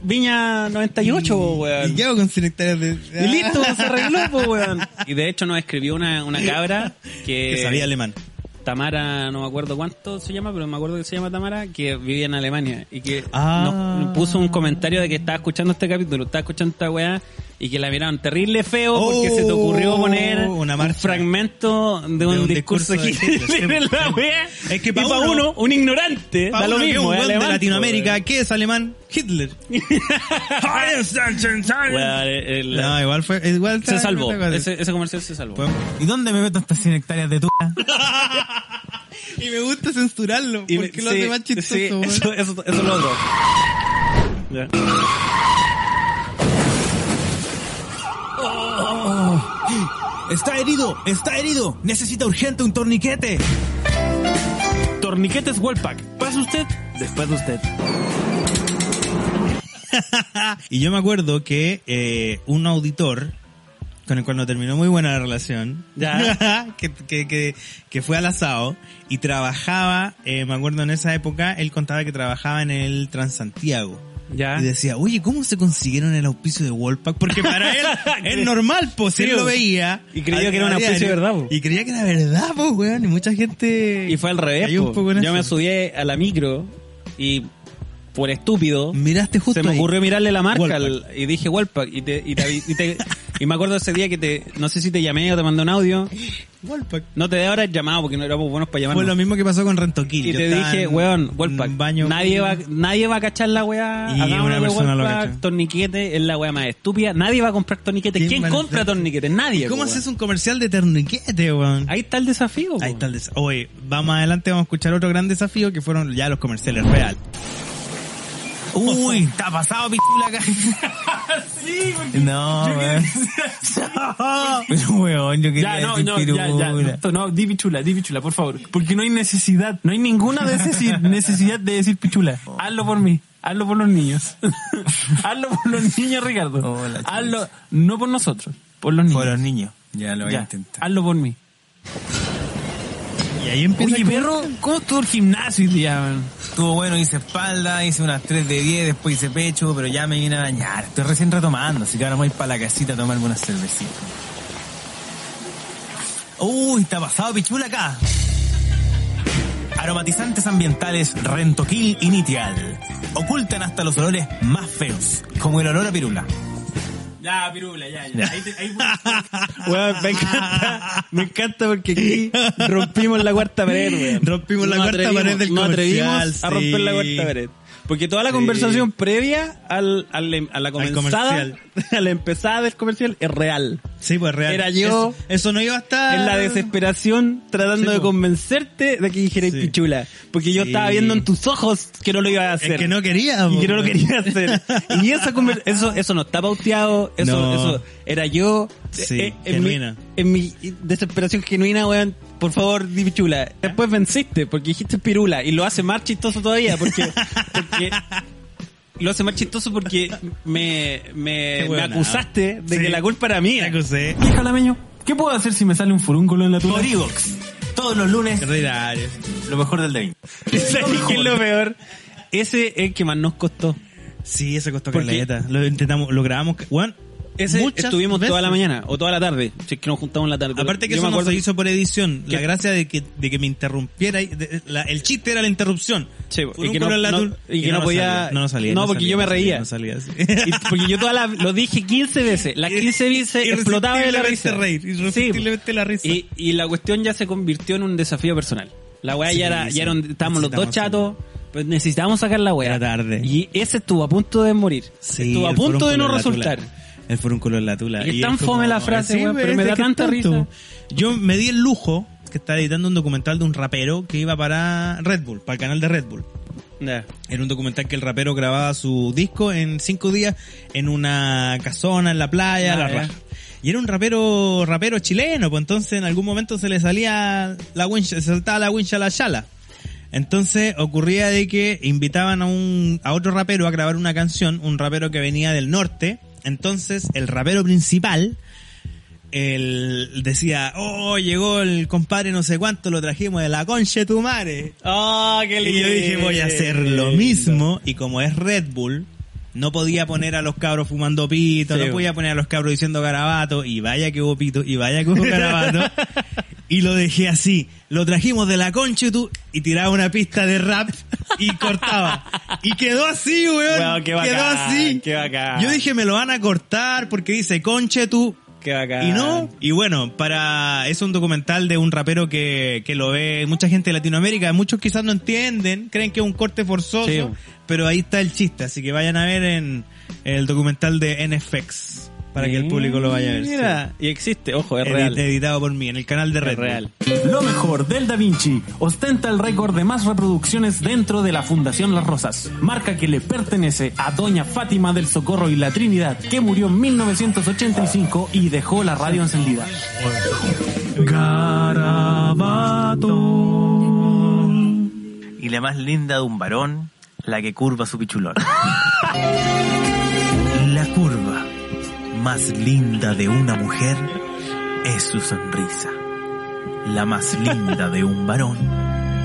Viña 98, po, weón.
¿Y qué hago con 100 hectáreas de...?
Y listo, se
*laughs*
arregló, po, weón. Eh, Y de hecho nos escribió una, una cabra que,
Que sabía alemán.
Tamara, no me acuerdo cuánto se llama, pero me acuerdo que se llama Tamara, que vivía en Alemania y que
Ah.
nos puso un comentario de que estaba escuchando este capítulo, estaba escuchando esta weá y que la miraron terrible feo porque
Oh,
se te ocurrió poner
una
un
marcha.
fragmento de, un,
un
discurso,
discurso de
de Hitler *laughs*
Hitler,
en
sí,
la
sí.
weá.
Es que
Y
pa'
pa'
uno-
uno, un ignorante, da
Paulo,
lo
que es un
mismo, es
weón
alemán,
de
po,
Latinoamérica,
weón.
¿qué es alemán? Hitler.
Weá, el-
No, igual fue... Igual
se salvó, ese, ese comercial se salvó.
Fue-
¿Y dónde me meto estas 100 hectáreas de tu...
*laughs* Y me gusta censurarlo,
Y
porque
me-
lo
sí,
hace más chistoso.
sí,
weón.
eso, eso, eso lo otro. Ya.
Oh. ¡Está herido! ¡Está herido! ¡Necesita urgente un torniquete!
Torniquetes Wellpack. Pasa usted, después de usted.
Y yo me acuerdo que eh, un auditor, con el cual no terminó muy buena la relación,
Ya.
*laughs* que, que, que, que fue al asado y trabajaba, eh, me acuerdo en esa época, él contaba que trabajaba en el Transantiago.
Ya.
Y decía, oye, ¿cómo se consiguieron el auspicio de Wolpack? Porque para
*laughs*
él es normal, pues,
Sí,
él lo
bo.
veía.
Y creía
a-
que era un
a
auspicio
diario.
de verdad, bo.
Y creía que era verdad, pues, weón. Y mucha gente...
Y fue al revés.
cayó un
po.
poco en
Yo me
eso.
subí a la micro y por estúpido
Miraste justo
se me
ahí.
ocurrió mirarle la marca
Wolfpack.
al- y dije Wolfpack y te, y te, y te- y me acuerdo ese día que te no sé si te llamé o te mandé un audio.
Wolpack.
No te de ahora llamado porque no éramos buenos para
Fue lo
llamarnos.
mismo que pasó con Rentoquil.
Y
Yo
te
estaba
dije,
en
weón,
un
Wolfpack,
baño
nadie va,
público.
nadie va a cachar la weá,
Y
hagámoslo
una
de
persona lo
Wolfpack,
cachó.
torniquete, es la weá más estúpida, nadie va a comprar torniquetes,
¿Quién
¿quién,
va a-
compra torniquetes? Nadie.
¿Cómo
po,
haces
weón.
un comercial de torniquete, weón?
Ahí pues, está el desafío.
Ahí
po.
está el desafío. Oye, vamos adelante, vamos a escuchar otro gran desafío que fueron ya los comerciales real. *laughs*
¡Uy! ¡Está pasado, pichula acá!
Sí, porque
No, weón. *laughs* Pero, weón, yo quería
Ya, no,
decir
no, ya, ya.
pirula.
No, no, di pichula, di pichula, por favor. Porque no hay necesidad, no hay ninguna necesi- necesidad de decir pichula. Hazlo por mí, hazlo por los niños. *laughs* hazlo por los niños, Ricardo.
Oh, la chucha.
hazlo, no por nosotros, por los niños.
Por los niños. Ya lo voy
Ya,
a intentar.
hazlo por mí.
Y ahí empieza.
Oye, perro, ¿cómo estuvo el gimnasio hoy día, man?
Estuvo bueno, hice espalda, hice unas 3 de 10, después hice pecho, pero ya me vine a bañar. Estoy recién retomando, así que ahora voy para la casita a tomarme una cervecita. Uy, está pasado pichula acá. Aromatizantes ambientales Rentoquil y Nitial. Ocultan hasta los olores más feos, como el olor a pirula.
La pirula, ya, ya. Ahí, te- ahí
Weón,
*laughs*
me encanta, me encanta porque aquí rompimos la cuarta pared, weón.
Rompimos la
Nos
cuarta
atrevimos-
pared del
nos
comercial,
atrevimos a
sí.
romper la cuarta pared. Porque toda la conversación previa al, al- em, a la comenzada,
comercial.
*laughs* a la empezada del comercial es real.
Sí, pues real.
Era yo.
Eso, eso no iba a estar.
Es la desesperación tratando
Ah. Sí,
de
po.
convencerte de que dijeras
Sí.
pichula. Porque yo
Sí.
estaba viendo en tus ojos que no lo ibas a hacer.
Es que no quería.
y
po,
que no lo
weón.
quería hacer. Y esa conver- eso, eso no está pauteado, eso,
No.
eso era yo. Eh,
Sí,
en, mi,
genuina.
en mi desesperación genuina, weón, por favor, di pichula. Después venciste porque dijiste pirula y lo hace más chistoso todavía
*laughs*
porque, porque lo hace más chistoso porque me, me, me
weonao.
acusaste de
Sí.
que la culpa era mía.
Te acusé.
¿Qué jalameño? ¿Qué puedo hacer si me sale un furúnculo en la tula?
Por Evox. Todos los lunes,
Ordinario.
lo mejor del David.
*laughs* ¿Sabes qué es lo peor? Ese es el que más nos costó.
Sí, eso costó
Porque-
caleta. Lo intentamos, lo grabamos. Juan,
Ese
muchas
estuvimos toda la
veces.
mañana o toda la tarde. Si es que nos juntamos en la tarde.
Aparte que
Yo
eso
me
no
acuerdo
se
que-
hizo por edición. La
que-
gracia de que, de que me interrumpiera. y- de- la- el chiste era la interrupción.
Sí,
Fue
y
un
que no-
culo en la
no-
tul-
y que no
nos
podía-
salía, no nos salía.
no, porque
salía,
yo me reía.
No salía, no salía, sí.
Y- porque yo toda la, lo dije 15 veces. Las 15
*laughs*
veces explotaba de la
Irresistiblemente
risa.
reír, irresistiblemente
Sí,
la risa.
Y, y la cuestión ya se convirtió en un desafío personal. La weá
Sí,
ya era,
sí.
ya era un- estábamos los dos
Necesitamos-
chatos, pues necesitábamos sacar la weá.
Era tarde.
Y ese estuvo a punto de morir.
Sí,
estuvo a
el
punto de
forúnculo
no
en la tula.
resultar.
El forúnculo en la tula.
Y es tan fome la frase, weón, pero
es
me da
que es
tanta
tanto.
risa.
Yo me di el lujo que estaba editando un documental de un rapero que iba para Red Bull, para el canal de Red Bull.
Ya.
Era un documental que el rapero grababa su disco en cinco días en una casona en la playa,
Ah,
la
ya.
raja. Y era un rapero, rapero chileno, pues entonces en algún momento se le salía la wincha, se saltaba la wincha a la chala. Entonces ocurría de que invitaban a un, a otro rapero a grabar una canción, un rapero que venía del norte. Entonces el rapero principal, él decía, oh, llegó el compadre no sé cuánto, lo trajimos de la concha de tu madre.
Ah, qué
Y yo dije, voy a hacer lo mismo. Y como es Red Bull, no podía poner a los cabros fumando pito,
Sí,
no
bueno.
podía poner a los cabros diciendo garabato, y vaya que hubo pito, y vaya que
*laughs*
hubo garabato. y lo dejé así. Lo trajimos de la concha y tú, y tiraba una pista de rap y cortaba. y quedó así, weón.
Weón, qué bacán,
quedó así.
qué bacán.
Yo dije, me lo van a cortar porque dice conche tú.
Qué bacán.
Y no, y bueno, para es un documental de un rapero que, que lo ve mucha gente de Latinoamérica, muchos quizás no entienden, creen que es un corte forzoso,
Sí.
pero ahí está el chiste, así que vayan a ver en el documental de NFX para que el público lo vaya a ver. sí.
Mira, y existe, ojo, es
Edi-
real.
Editado por mí en el canal de
Es
Red. Bull.
real.
Lo mejor del Da Vinci ostenta el récord de más reproducciones dentro de la Fundación Las Rosas, marca que le pertenece a Doña Fátima del Socorro y la Trinidad, que murió en 1985 y dejó la radio encendida.
Y la más linda de un varón, la que curva su pichulón. la curva más linda de una mujer es su sonrisa. La más linda de un varón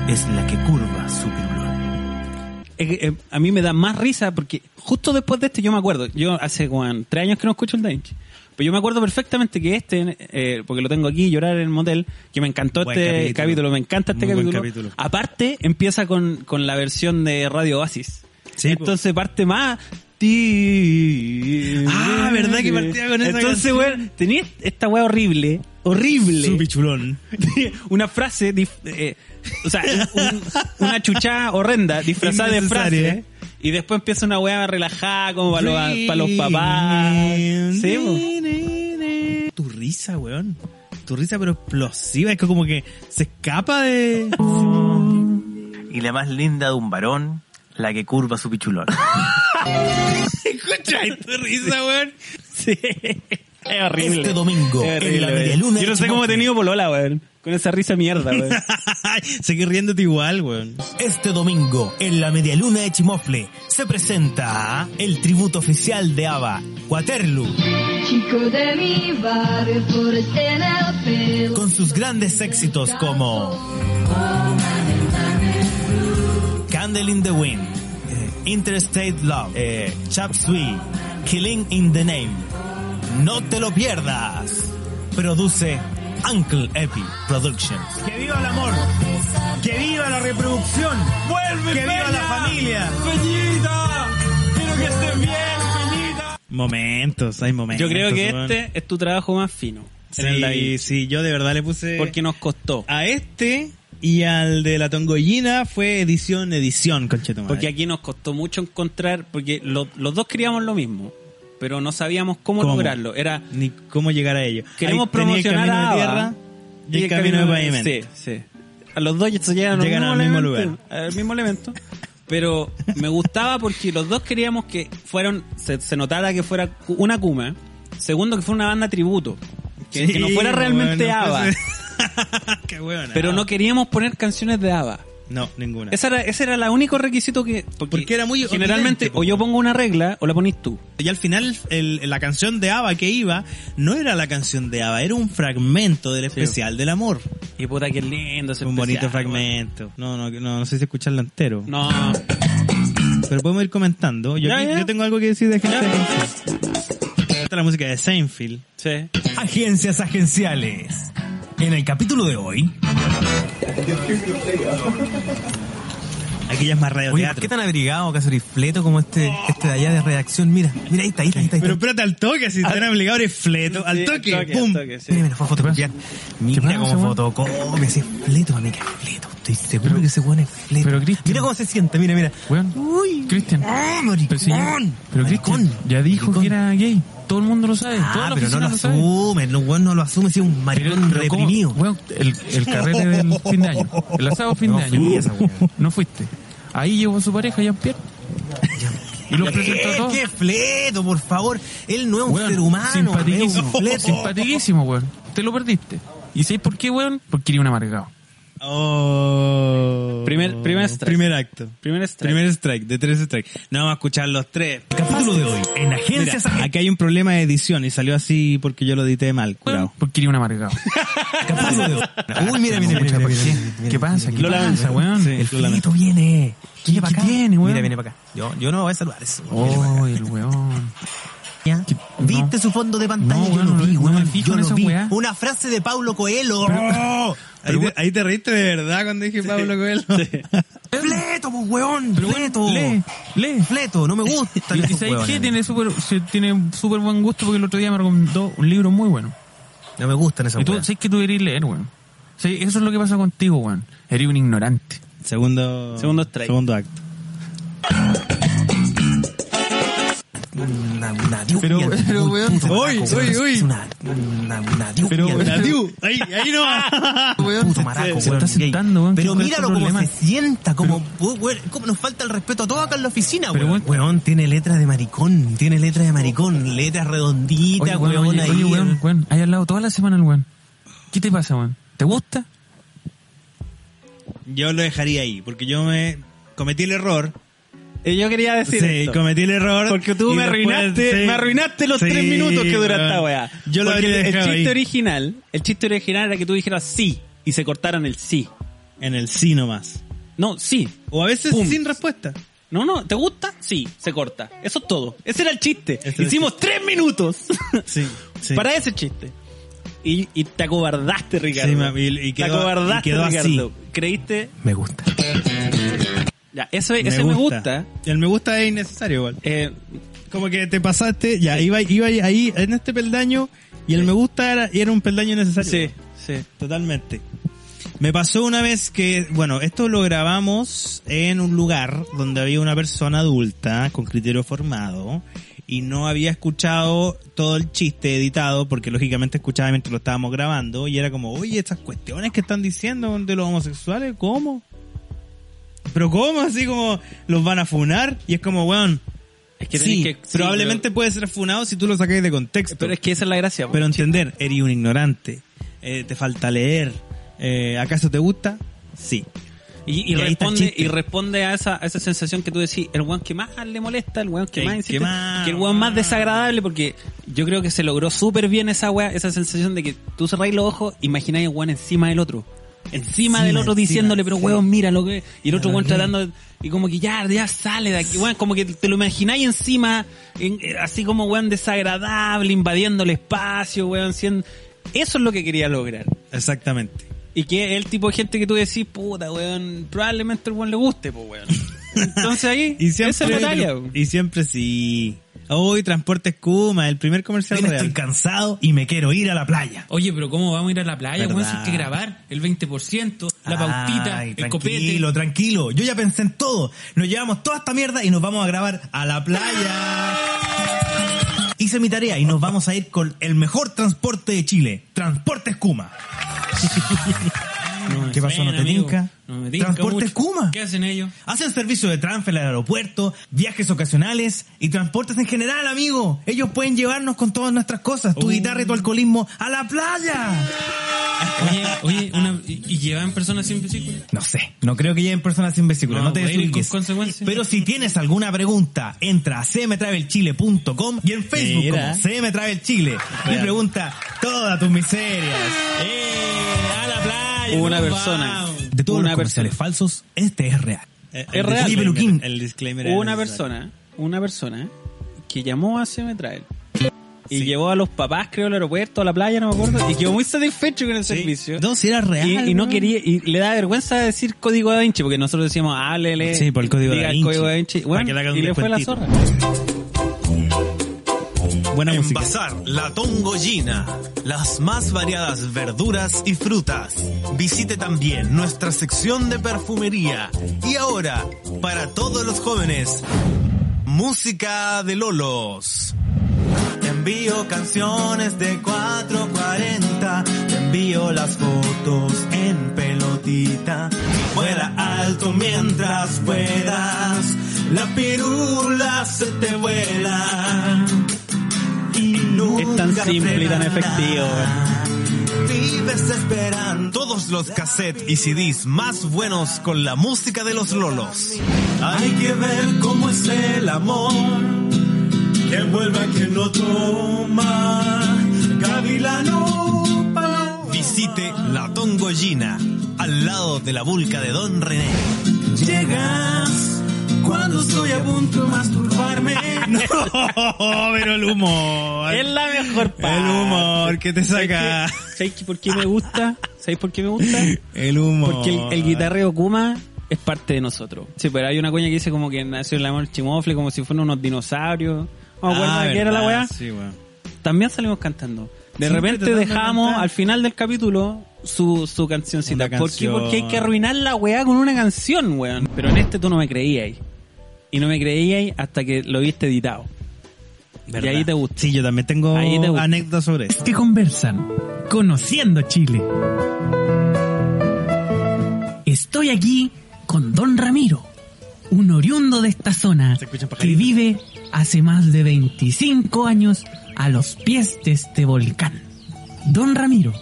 es la que curva su pichulón.
Es que, eh, a mí me da más risa porque justo después de este yo me acuerdo, yo hace como tres años que no escucho el Da Vinci, pero yo me acuerdo perfectamente que este, eh, porque lo tengo aquí, llorar en el motel, que me encantó
Buen
este capítulo.
capítulo.
me encanta este
Muy buen
capítulo.
capítulo.
Aparte, empieza con, con la versión de Radio Oasis.
Sí,
Entonces parte más... ti-
Ah, ¿verdad que partía con esa
Entonces,
canción?
weón, tenía esta weá horrible, horrible
Su pichulón.
*laughs* una frase, dif- eh, o sea, un- una chuchada horrenda disfrazada de
Innecesaria.
frase. Y después empieza una weá relajada como para los, para los papás. Sí, po.
Tu risa, weón. Tu risa pero explosiva, es que como que se escapa de...
Y la más linda de un varón, la que curva su pichulón.
Escucha, tu risa, weón.
Sí. Es horrible.
Este domingo,
Es horrible,
en la
weón.
medialuna
Yo no
de
sé cómo he
Chimofle.
tenido polola, weón. Con esa risa mierda, weón.
*laughs*
*laughs*
Seguir riéndote igual, weón.
Este domingo, en la medialuna de Chimofle, se presenta el tributo oficial de ABBA, Waterloo,
Chico de mi barrio, por este en el pelo.
con sus grandes éxitos como Candle in the Wind, eh, Interstate Love, eh, Chap Suey, Killing in the Name. No te lo pierdas. Produce Uncle Epi Productions. ¡Que viva el amor! ¡Que viva la reproducción! ¡Vuelve! ¡Que viva la familia!
Peñita, quiero que estés bien, Peñita.
Momentos, hay momentos.
Yo creo que
weón.
este es tu trabajo más fino. en el
Sí,
David.
sí, yo de verdad le puse...
Porque nos costó.
A este y al de la tongollina fue edición, edición, conchetumadre.
Porque aquí nos costó mucho encontrar, porque lo- los dos queríamos lo mismo, pero no sabíamos cómo,
¿Cómo?
lograrlo. Era
Ni cómo llegar a ello.
Queremos
Ahí tenía
promocionar
el camino
a
de
Ava
tierra y, el camino, de pavimento.
Sí, sí. A los dos se llegan,
Llegan
al
al
mismo,
mismo
elemento, Al mismo elemento. Pero me gustaba porque los dos queríamos que fueran, se, se notara que fuera cu- una Kuma. Segundo, que fuera una banda tributo. Que, que no fuera
Sí,
realmente
bueno, pues,
ABBA.
*laughs* Qué hueona.
Pero no queríamos poner canciones de ABBA.
No, ninguna.
Esa era, ese era el único requisito que. Porque,
Porque era muy
Generalmente,
evidente, po.
o yo pongo una regla o la ponís tú.
Y al final el- la canción de ABBA que iba no era la canción de ABBA, era un fragmento del especial del amor.
Y puta, qué lindo ese
un bonito
especial,
fragmento. No, no, no, no sé si escucharlo entero.
weón. No.
Pero podemos ir comentando. Yo,
Ya,
aquí-
ya.
yo tengo algo que decir de gente. Esta es la música de Seinfeld.
Sí.
Agencias agenciales. En el capítulo de hoy,
Aquí ya es más radio
Oye, ¿por
teatro.
qué tan abrigado, casorifleto como este, este de allá de redacción? Mira, mira, ahí está, ahí está, ahí está. Ahí está.
Pero espérate al toque, si están obligados eres fleto. Al
Sí,
toque,
al toque,
pum.
al toque, sí.
Mira, mira, fue a fotocopiar. Mira cómo fotocopia, ese fleto, amiga, fleto. Estoy seguro que ese weón es fleto.
Pero, Cristian-
mira cómo se siente, mira, mira.
Weón.
Uy.
Cristian.
Ah,
Pero, señor,
maricón.
pero Cristian
Maricón.
ya dijo
Maricón.
que era gay. Todo el mundo lo sabe. Toda
Ah,
la
pero no
oficina
lo
lo sabe.
asume, no, weón, no lo asume, si es un
Pero,
maricón
pero ¿cómo?
reprimido.
Weón, el, el carrete
*laughs*
del fin de año. El asado fin
No
de
fui
año.
esa weá.
no fuiste. Ahí llegó su pareja, Jean-Pierre. Y los presentó a
*laughs* ¿Qué?
todos.
eh, ¿Qué fleto, por favor? Él no es un
Weón,
ser humano, es un
Simpatiquísimo.
fleto.
Simpatiquísimo, weón. Te lo perdiste. ¿Y sabes por qué, weón? Porque era un amargado.
Oh.
Primer- primer strike.
Primer acto.
Primer strike.
Primer strike, de tres strikes. No vamos a escuchar los tres.
Capítulo de hoy, en
Mira,
Agencias Agenciales.
aquí hay un problema de edición y salió así porque yo lo edité mal,
Weón,
curado.
porque era un amargado.
*laughs*
Capítulo de hoy. Uy, mira, mira, mira, mira, mira, mira.
¿Qué pasa? ¿Qué
Lo lamento.
pasa, weón?
Sí,
El
lo lamento.
Fleto viene.
¿Qué
pa' acá.
tiene, weón?
Mira, viene para acá. Yo, yo no voy a saludar eso.
Oh, el weón.
Ya.
¿Qué?
¿Viste
No.
su fondo de pantalla?
No,
yo
weón,
lo
no
vi,
lo- no
weón.
me fijo
yo
en
lo
esa
vi.
weá.
Una frase de Pablo Coelho.
Ahí te, ahí te reíste de verdad cuando dije Pablo Coelho.
Fleto, pues, weón. Fleto.
Lee, lee.
Fleto, no me gusta.
Y, y Uh. ¿sabes qué? Tiene súper se- tiene súper buen gusto porque el otro día me recomendó un libro muy bueno.
No me gustan esas
Y tú
weas.
sabes que tú deberías leer, weón. Sí, eso es lo que pasa contigo, weón. Eres un ignorante.
*laughs* Segundo,
Segundo strike.
Segundo acto.
Una- una diu-
Pero-
mierda,
pero,
un
weón,
puto
uy,
maraco,
uy,
weón.
uy.
Es una- una- una diu- mierda,
ahí, ahí no va.
un puto maraco,
se
weón, Este
está
gay.
sentando, weón,
Pero
con este
míralo como
problema.
se sienta, como, oh, weón, como nos falta el respeto a todos acá en la oficina,
Pero,
weón. Weón, tiene letra de maricón, tiene letra de maricón, letras redonditas,
Oye, weón,
weón,
oye,
ahí.
oye, weón, weón, ahí al lado toda la semana el weón. ¿Qué te pasa, weón? ¿Te gusta?
Yo lo dejaría ahí, porque yo me cometí el error.
*laughs* Y yo quería
Sí,
decir esto.
cometí el error.
Porque tú
y
me
después-
arruinaste,
sí.
me arruinaste los
Sí,
tres minutos que dura
weón.
esta weá.
Yo lo
Porque
habría
el
dejado
chiste
ahí.
original, el chiste original era que tú dijeras sí y se cortaran el sí.
En el sí nomás.
No, sí.
O a veces
Pum.
sin respuesta.
No, no, ¿te gusta? Sí, se corta. Eso es todo. Ese era el chiste.
Ese era el
Hicimos tres minutos *laughs*
Sí, sí.
para ese chiste. Y, y te acobardaste, Ricardo.
Sí, ma- y- y
te
quedó-
acobardaste,
y quedó así.
Ricardo. Creíste.
Me gusta.
Ya, ese, ese me gusta.
El me gusta es innecesario igual.
Eh,
Como que te pasaste, ya, iba, iba ahí en este peldaño y el me gusta era, era un peldaño innecesario.
sí, sí.
Totalmente. Me pasó una vez que, bueno, esto lo grabamos en un lugar donde había una persona adulta con criterio formado y no había escuchado todo el chiste editado porque lógicamente escuchaba mientras lo estábamos grabando y era como, oye, estas cuestiones que están diciendo de los homosexuales, ¿cómo? Pero ¿cómo? Así como los van a funar y es como, weón,
Es que
sí,
tenés que- sí,
probablemente puede ser funado si tú lo sacáis de contexto.
Pero, pero es que esa es la gracia. po.
Pero entender, eres un ignorante, eh, te falta leer, eh, ¿acaso te gusta? Sí.
Y, y
Y ahí está el
responde,
chiste.
y responde a esa, a esa sensación que tú decís, el weón que más le molesta, el weón que
El
más
que
insiste,
más-
que el weón más desagradable, porque yo creo que se logró súper bien esa weá, esa sensación de que tú cerráis los ojos, imagináis el weón encima del otro. Encima del otro
encima,
diciéndole, pero
sí.
weón, mira lo que. es", Y el otro
Ya lo
weón
vi.
tratando, de- y como que ya, ya sale de aquí, weón, como que te lo imagináis encima, en- eh, así como weón desagradable, invadiendo el espacio, weón, siendo. Eso es lo que quería lograr.
Exactamente.
Y que es el tipo de gente que tú decís, puta, weón, probablemente el weón le guste, pues, weón. Entonces ahí,
*laughs* Y siempre,
esa es la talla,
y siempre sí.
Hoy Transporte Escuma, el primer comercial
Mira, estoy
real.
cansado y me quiero ir a la playa.
Oye, pero ¿cómo vamos a ir a la playa,
Verdad.
weón? Si hay que grabar el 20%, la pautita,
Ay,
el
tranquilo,
copete.
tranquilo. Yo ya pensé en todo. Nos llevamos toda esta mierda y nos vamos a grabar a la playa. Hice mi tarea y nos vamos a ir con el mejor transporte de Chile, Transporte Escuma.
No me
¿Qué pasó? ¿No
suena,
te
amigo.
tinca?
No me tinca
Transporte
mucho.
Escuma.
¿Qué hacen ellos?
Hacen servicio de transfer al aeropuerto, viajes ocasionales y transportes en general, amigo. Ellos pueden llevarnos con todas nuestras cosas,
Oh.
tu guitarra y tu alcoholismo, a la playa.
Oye, oye, una, y, y llevan personas sin vesícula.
No sé, no creo que lleguen personas sin vesícula, no,
No,
te
bueno, y con
desubiques.
consecuencias.
Pero si tienes alguna pregunta, entra a cmtravelchile.com y en Facebook
Mira.
como cmtravelchile y
Real.
pregunta todas tus miserias. ¡Eh! ¡A la playa!
Una
nos
persona.
vamos! De todos
Una
los comerciales
persona.
falsos, este es real.
Eh,
Es real.
Oye,
disclaimer,
Peluquín.
El disclaimer era
Una
necesario.
persona, una persona que llamó a me traer y llevó a los papás, creo, al aeropuerto, a la playa, no me acuerdo, y quedó muy satisfecho con el servicio.
No, si era real.
Y, y no
weón.
quería, y le da vergüenza decir código da Vinci, porque nosotros decíamos, háblele.
Sí, por el código
diga
Da
el
Vinci.
código da Vinci.
Para
Bueno,
que le hagan un
y le fue la zorra.
descuentito. *laughs* Buena
En
música.
Bazar La Tongollina, las más variadas verduras y frutas. Visite también nuestra sección de perfumería. Y ahora, para todos los jóvenes, música de Lolos. Te envío canciones de 440, te envío las fotos en pelotita. Vuela alto mientras puedas, la pirula se te vuela. Y
Es tan
nunca
simple y tan
frenará.
efectivo,
Vives esperando todos los cassettes y CDs más buenos con la música de los lolos. Hay que ver cómo es el amor que vuelva que no toma Gavilano Visite la Tongollina al lado de la vulca de Don René. Llegas cuando estoy a punto de
*laughs*
masturbarme.
Oh, pero el humor.
Es la mejor parte.
El humor que te saca.
¿Sabéis qué- ¿Sabéis qué- por qué me gusta? ¿Sabéis por qué me gusta?
El humor.
Porque el, el guitarreo Kuma es parte de nosotros. Sí, pero hay una coña que dice como que nació el amor chimofle, como si fueran unos dinosaurios. No me acuerdo
Ah,
de qué era la
verdad,
weá.
Sí, weón.
También salimos cantando. De
Siempre
repente
tratando de
dejamos
cantar.
al final del capítulo su, su cancioncita.
Una
¿Por qué?
canción.
Porque hay que arruinar la weá con una canción, weón. Pero en este tú no me creíais. Y no me creíais hasta que lo viste editado.
Verdad.
Y ahí te gustó.
Sí, yo también tengo
Ahí te gusta.
anécdotas sobre eso.
que conversan, conociendo Chile. Estoy aquí con Don Ramiro, un oriundo de esta zona
Se escuchan
que
pajaritos.
vive hace más de 25 años a los pies de este volcán. Don Ramiro,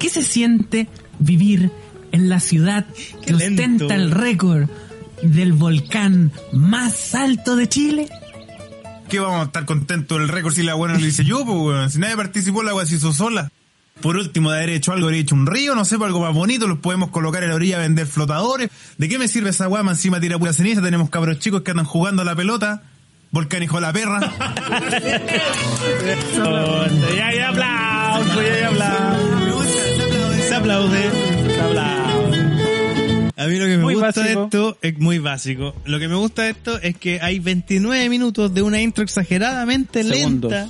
¿qué se siente vivir en la ciudad que
lento.
ostenta el récord del volcán más alto de Chile?
¿Qué vamos a estar contentos del récord si la buena lo hice yo, pues, weón? Si nadie participó, la weá se hizo sola. Por último, de haber hecho algo, haber hecho un río, no sé, pues, algo más bonito, los podemos colocar en la orilla a vender flotadores. ¿De qué me sirve esa weá? Más Encima tira pura ceniza, tenemos cabros chicos que andan jugando a la pelota. Volcán hijo de la perra.
Ya hay aplauso, ya hay aplauso. Se aplaude. Se aplaude. A mí lo que me
Muy
gusta de
básico.
esto es muy básico. Lo que me gusta de esto es que hay 29 minutos de una intro exageradamente
Segundos.
lenta.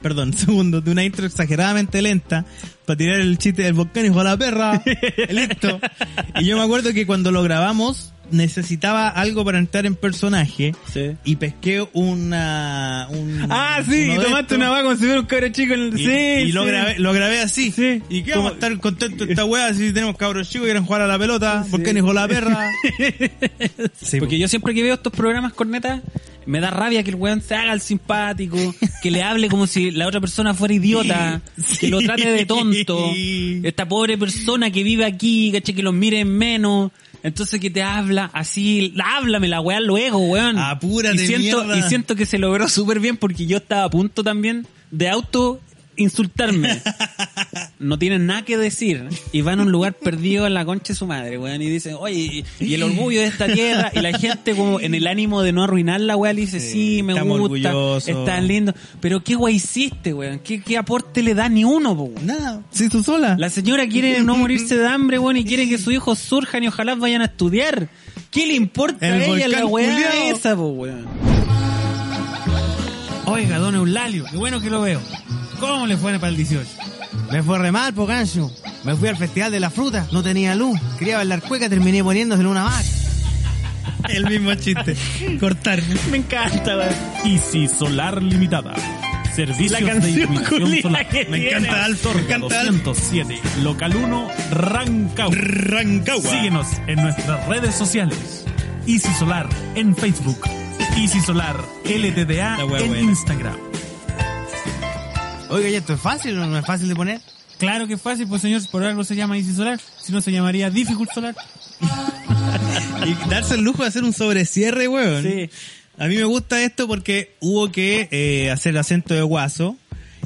Perdón, *laughs* segundos, de una intro exageradamente lenta para tirar el chiste del volcán hijo de la
*laughs*
perra. Listo. Y yo me acuerdo que cuando lo grabamos necesitaba algo para entrar en personaje
Sí.
y pesqué una... un-
Ah, sí,
uno de
tomaste
estos.
una vaca como si fuera un cabro chico. En el...
Y,
sí,
y lo
sí.
grabé, lo grabé así.
Sí.
Y que vamos
Como-
a estar contentos esta weá si tenemos cabros chicos que quieren jugar a la pelota. ¿Por qué no hijo la
*laughs*
perra? sí,
Porque yo siempre que veo estos programas cornetas, me da rabia que el weón se haga el simpático, que le hable como si la otra persona fuera idiota,
*laughs*
que lo trate de tonto, esta pobre persona que vive aquí, caché, que los miren menos, entonces que te habla así, háblame la weá luego, weón.
Apúrate,
y siento,
mierda.
y siento que se logró súper bien porque yo estaba a punto también de auto insultarme.
*laughs*
no tienen nada que decir y van a un lugar perdido en la concha de su madre, weón, y dicen, oye, y, y el orgullo de esta tierra, y la gente como en el ánimo de no arruinarla, weón, le dice, sí, me
estamos
gusta,
orgullosos".
está lindo, pero qué weón hiciste, weón, ¿Qué, qué aporte le da ni uno, po, weón?
Nada, se hizo sola.
La señora quiere no morirse de hambre, weón, y quiere que sus hijos surjan y ojalá vayan a estudiar. ¿Qué le importa
El
a ella la
volcán
weá
culiao.
esa, po, weón?
Oiga, don Eulalio, qué bueno que lo veo. ¿Cómo le fue para el 18?
Me fue re mal, po, gancho. Me fui al festival de la fruta, no tenía luz. Quería bailar cueca, terminé poniéndose en una vaca.
El mismo chiste. Cortar.
Me encanta, güey. Easy Solar Limitada. Servicios
La canción
de iluminación
culia
solar.
que Me tiene. encanta Alf, me
Sorga
encanta Alf.
207, Local 1, Rancagua.
Rancagua.
Síguenos en nuestras redes sociales. Easy Solar en Facebook. Easy Solar LTDA
La wea
en
buena.
Instagram.
Oiga, ¿y esto es fácil o no es fácil de poner?
Claro que es fácil, pues señor, por algo se llama Easy Solar. Si no, se llamaría Difficult Solar.
Y darse el lujo de hacer un sobrecierre, weón.
Sí.
A mí me gusta esto porque hubo que eh, hacer el acento de guaso.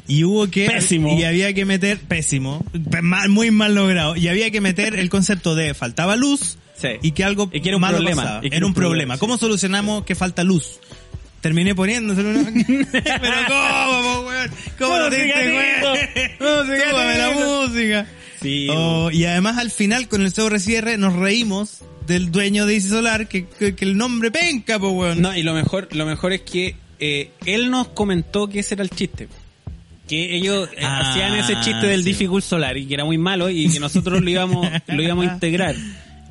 Y hubo que...
Pésimo.
Y había que meter... Pésimo. pe- mal- muy mal logrado. Y había que meter el concepto de faltaba luz.
Sí.
Y que algo
Y que era un
malo
problema,
pasaba.
y que
era un problema. ¿Cómo solucionamos que falta luz? Terminé poniéndoselo una... *laughs* Pero ¿cómo, po, weón? ¿Cómo lo
Música,
diste, weón?
Tito. Música,
Súbame la
Tito.
música.
Sí,
Oh, y además al final con el sobre cierre nos reímos del dueño de Easy Solar que, que- que el nombre penca, po weón.
No, y lo mejor, lo mejor es que eh, él nos comentó que ese era el chiste. Que ellos eh,
Ah,
hacían ese chiste del
sí.
Difficult Solar y que era muy malo y que nosotros lo íbamos,
*laughs*
lo íbamos a integrar.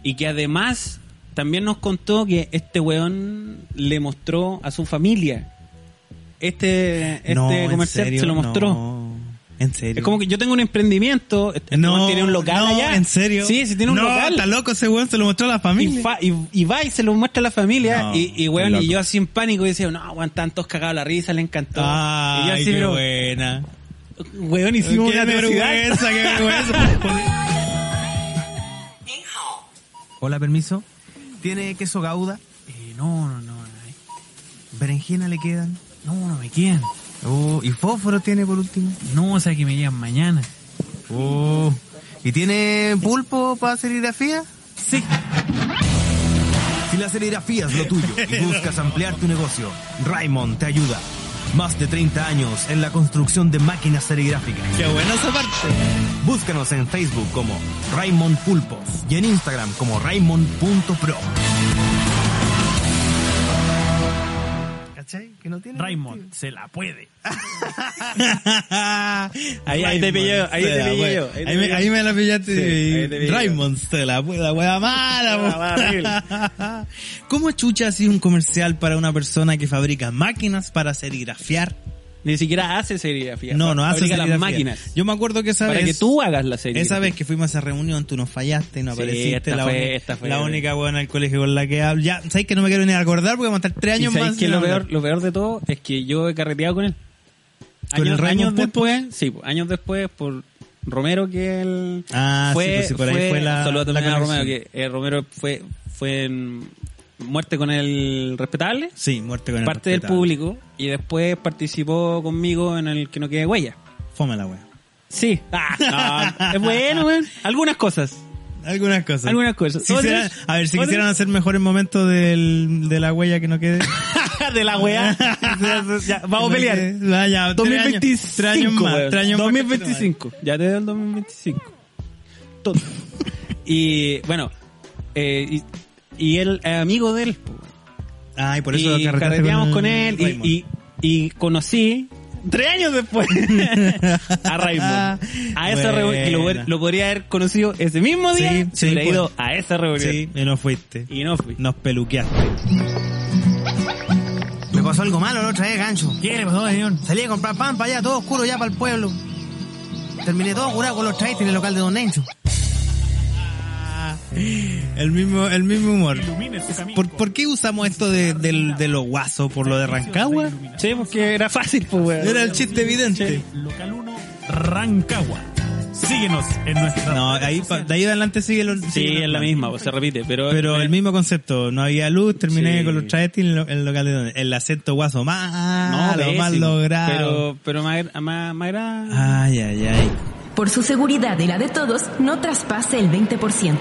Y que además también nos contó que este weón le mostró a su familia. Este, este
No, ¿en
comercial
serio?
se lo mostró.
No, en serio.
Es como que yo tengo un emprendimiento, este
no,
weón tiene un local
no,
allá.
en serio.
Sí, sí tiene un
no,
local.
está loco ese weón, se lo mostró a la familia.
Y, fa- y- y va y se lo muestra a la familia.
No,
y, y, weón,
loco.
y yo así en pánico decía, no, weón, están todos cagados la risa, le encantó. y yo
Ay,
así,
qué
pero,
buena.
weón, hicimos
Qué
una atrocidad.
vergüenza,
*laughs*
qué vergüenza.
Hola, permiso. ¿Tiene queso gauda?
Eh, no, no, no. no.
¿Berenjena le quedan?
No, no me quedan.
Oh, ¿Y fósforo tiene por último?
No, o sea que me llegan mañana.
Uh.
Oh. ¿Y tiene pulpo para serigrafía?
Sí.
Si la serigrafía es lo tuyo y buscas ampliar tu negocio, Raymond te ayuda. Más de 30 años en la construcción de máquinas serigráficas.
qué buena esa parte.
Búscanos en Facebook como Raymond Pulpos y en Instagram como Raymond.pro.
¿Cachai? Que no tiene.
Raymond se la puede.
Ah, Ahí- ahí te pillé yo, ahí te
Se la
pillé
fue.
yo, ahí te
pues. Ahí me-
pillé.
Ahí me
Sí,
la
ahí te
pillaste.
pillé yo.
Raymond, se la fue, la wea mala. po. *laughs* ¿Cómo chucha así un comercial para una persona que fabrica máquinas para serigrafiar?
Ni siquiera hace serigrafía.
No, no hace
Fabrica las
serigrafía.
máquinas.
Yo me acuerdo que esa
para
vez,
que tú hagas la serigrafía.
esa vez que fuimos a esa reunión, tú nos fallaste, no
Sí,
apareciste.
esta
la
fue-
uni-
esta fue-
la única buena del colegio con la que hablo. Ya, ¿sabes que no me quiero ni acordar porque vamos a estar tres
Y
años
sabéis
más.
que
sin
lo
hablar.
peor, lo peor de todo es que yo he carreteado con él.
¿Con el
años, años
Raymond Pulpo?
después, sí, pues, años después por Romero que él
Ah, sí,
fue,
pues sí, por ahí fue la-
saludo
la
también a
conexión.
Romero que eh, Romero fue fue en muerte con el respetable,
Sí, muerte con el
parte del
respetable.
público y después participó conmigo en el que no quede huella.
Fome la wea.
Sí, Ah, no, es bueno, weón. algunas
*laughs*
cosas.
Algunas cosas.
Algunas cosas.
Si quisieran-
Otras-
a ver, si
otras-
quisieran hacer mejor el momento del, de la huella que no
*laughs*
quede.
de la *laughs* weá. Ya, vamos a pelear.
Ya, ya, tres años-
2025.
Tres años más. este
weón.
tres años más.
2025. Ya te doy el 2025. Todo. y bueno, eh, y, y él, eh, amigo de él. po.
Ay, por eso
y
carreteaste
carreteamos con,
el
él
Raymond.
y, y, y conocí. Tres años
*laughs*
después a Raymond. A esa
Buena.
reunión que lo, hubiera- lo podría haber conocido ese mismo día.
Sí, sí,
se hubiera
pues.
ido a esa reunión.
Sí, y no fuiste.
Y no fui.
Nos peluqueaste.
Me pasó algo malo la otra vez, gancho.
¿Qué le pasó, señor?
Salí a comprar pan para allá, todo oscuro ya para el pueblo. Terminé todo curado con los traistes en el local de Don Nencho.
Ah, El mismo, el mismo humor.
Ilumine su camino.
¿Por, por qué usamos esto de, del- de los guasos? ¿Por lo de Rancagua?
Sí, porque era fácil, pues, weón.
Era el chiste evidente.
Local 1, Rancagua. Síguenos en nuestra.
No, ahí, pa- de ahí adelante sigue lo
Sí, es la misma, pues, se repite. Pero,
Pero el mismo concepto, no había luz, terminé
Sí.
con los travestis en lo- en el local de donde. El acento guaso más, lo
pésimo,
más logrado.
Pero, pero más, más, más era-
Ay, ay, ay.
Por su seguridad y la de todos, no traspase el 20%.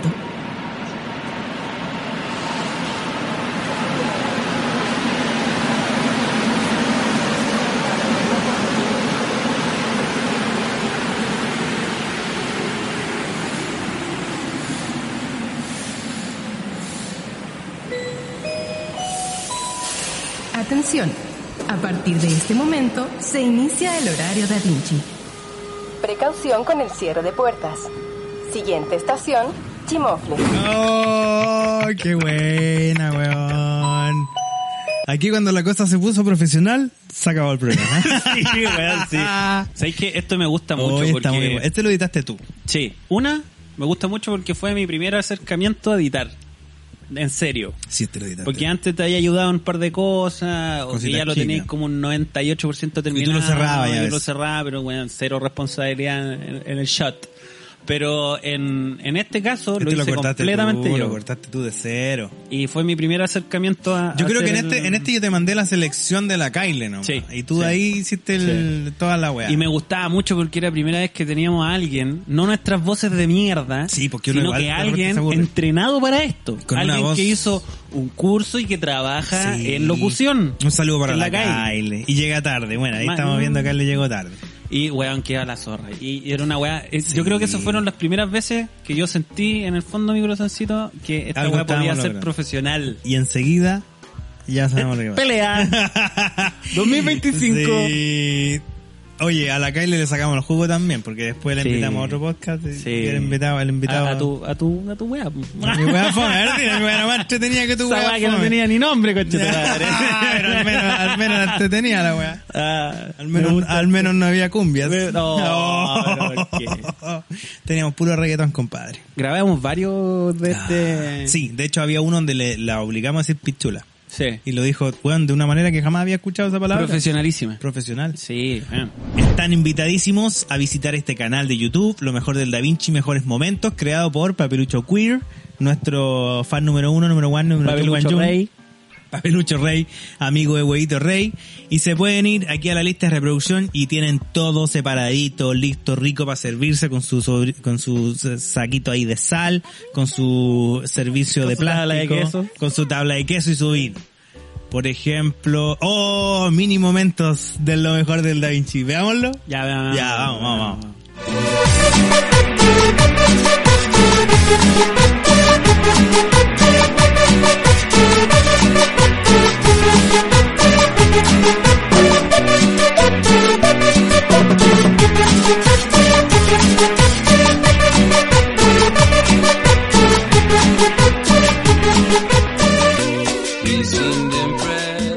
Atención, A partir de este momento se inicia el horario Da Vinci. Precaución con el cierre de puertas. Siguiente estación, Chimofle.
¡Oh! ¡Qué buena, weón! Aquí cuando la cosa se puso profesional, se acabó el programa.
*laughs* sí, weón,
*laughs*
sí. ¿Sabes que Esto me gusta mucho
Hoy está
porque...
muy bueno. Este lo editaste tú.
Sí, una me gusta mucho porque fue mi primer acercamiento a editar. En serio.
Sí, este lo editaste.
Porque antes te había ayudado en un par de cosas, o que
Cositas
ya lo
chicas.
tenéis como un 98% terminado.
Y tú lo cerrabas ya
yo
a
lo
veces.
cerraba, pero bueno, cero responsabilidad en, en el shot. Pero en, en este caso
Este
lo hice
cortaste
completamente
tú,
yo.
Lo cortaste tú de cero.
Y fue mi primer acercamiento a.
Yo
a
creo que en
Ah, hacer-
este, en este yo te mandé la selección de la Kyle, ¿no?
Sí,
Y tú
sí.
ahí hiciste el- toda la weá.
Y me gustaba mucho porque era la primera vez que teníamos a alguien, no nuestras voces de mierda,
Sí, porque uno
sino
igual
que
de repente se
alguien
aburre.
entrenado para esto.
Con una
alguien
voz-
que hizo un curso y que trabaja
Sí.
en locución.
Un saludo para
En
la,
la Kyle.
Kyle. Y llega tarde. Bueno, ahí
Ma- Mm.
estamos viendo que le llegó tarde.
Y weón, queda la zorra. Y, y era una weá. es- Yo creo que esas fueron las primeras veces que yo sentí en el fondo de mi corazoncito que esta
Algo
weá podía
estábamos
ser
logrando. *laughs*
profesional.
Y enseguida, ya sabemos
*laughs*
lo que va.
Pelea. 2025.
Sí. Oye, a la Kyle le sacamos el jugo también, porque después le
Sí.
invitamos a otro podcast. y
Sí.
El invitado, el invitado.
A, a tu, a tu, a tu weá.
Mi
*laughs*
wea fome, a ver, mira, mi wea era más entretenida que tu
Esa
wea
weá que no
fome.
tenía ni nombre, coche.
*laughs* Ah, pero al menos, al menos era entretenida la wea. Al menos, al menos no había cumbias.
no,
*laughs* No.
pero ¿por qué?
Teníamos puro reggaetón, compadre.
Grabamos varios de este.
Sí, de hecho había uno donde le, la obligamos a decir pichula.
Sí.
Y lo dijo, weón, de una manera que jamás había escuchado esa palabra.
Profesionalísima.
Profesional.
Sí. eh.
Están invitadísimos a visitar este canal de YouTube, Lo Mejor del Da Vinci, Mejores Momentos, creado por Papelucho Queer, nuestro fan número uno, número one, número two,
Papelucho
one, yun.
Rey.
Papelucho Rey, amigo de Huevito Rey. Y se pueden ir aquí a la lista de reproducción y tienen todo separadito, listo, rico para servirse con su, sobre- con su s- saquito ahí de sal, con su servicio
Con
de
su tabla de
plástico,
queso.
con su tabla de queso y su vino. Por ejemplo, oh, mini momentos de lo mejor del Da Vinci. Veámoslo.
Ya, vamos.
Ya, vamos, vamos, vamos.
Reasoned and pressed.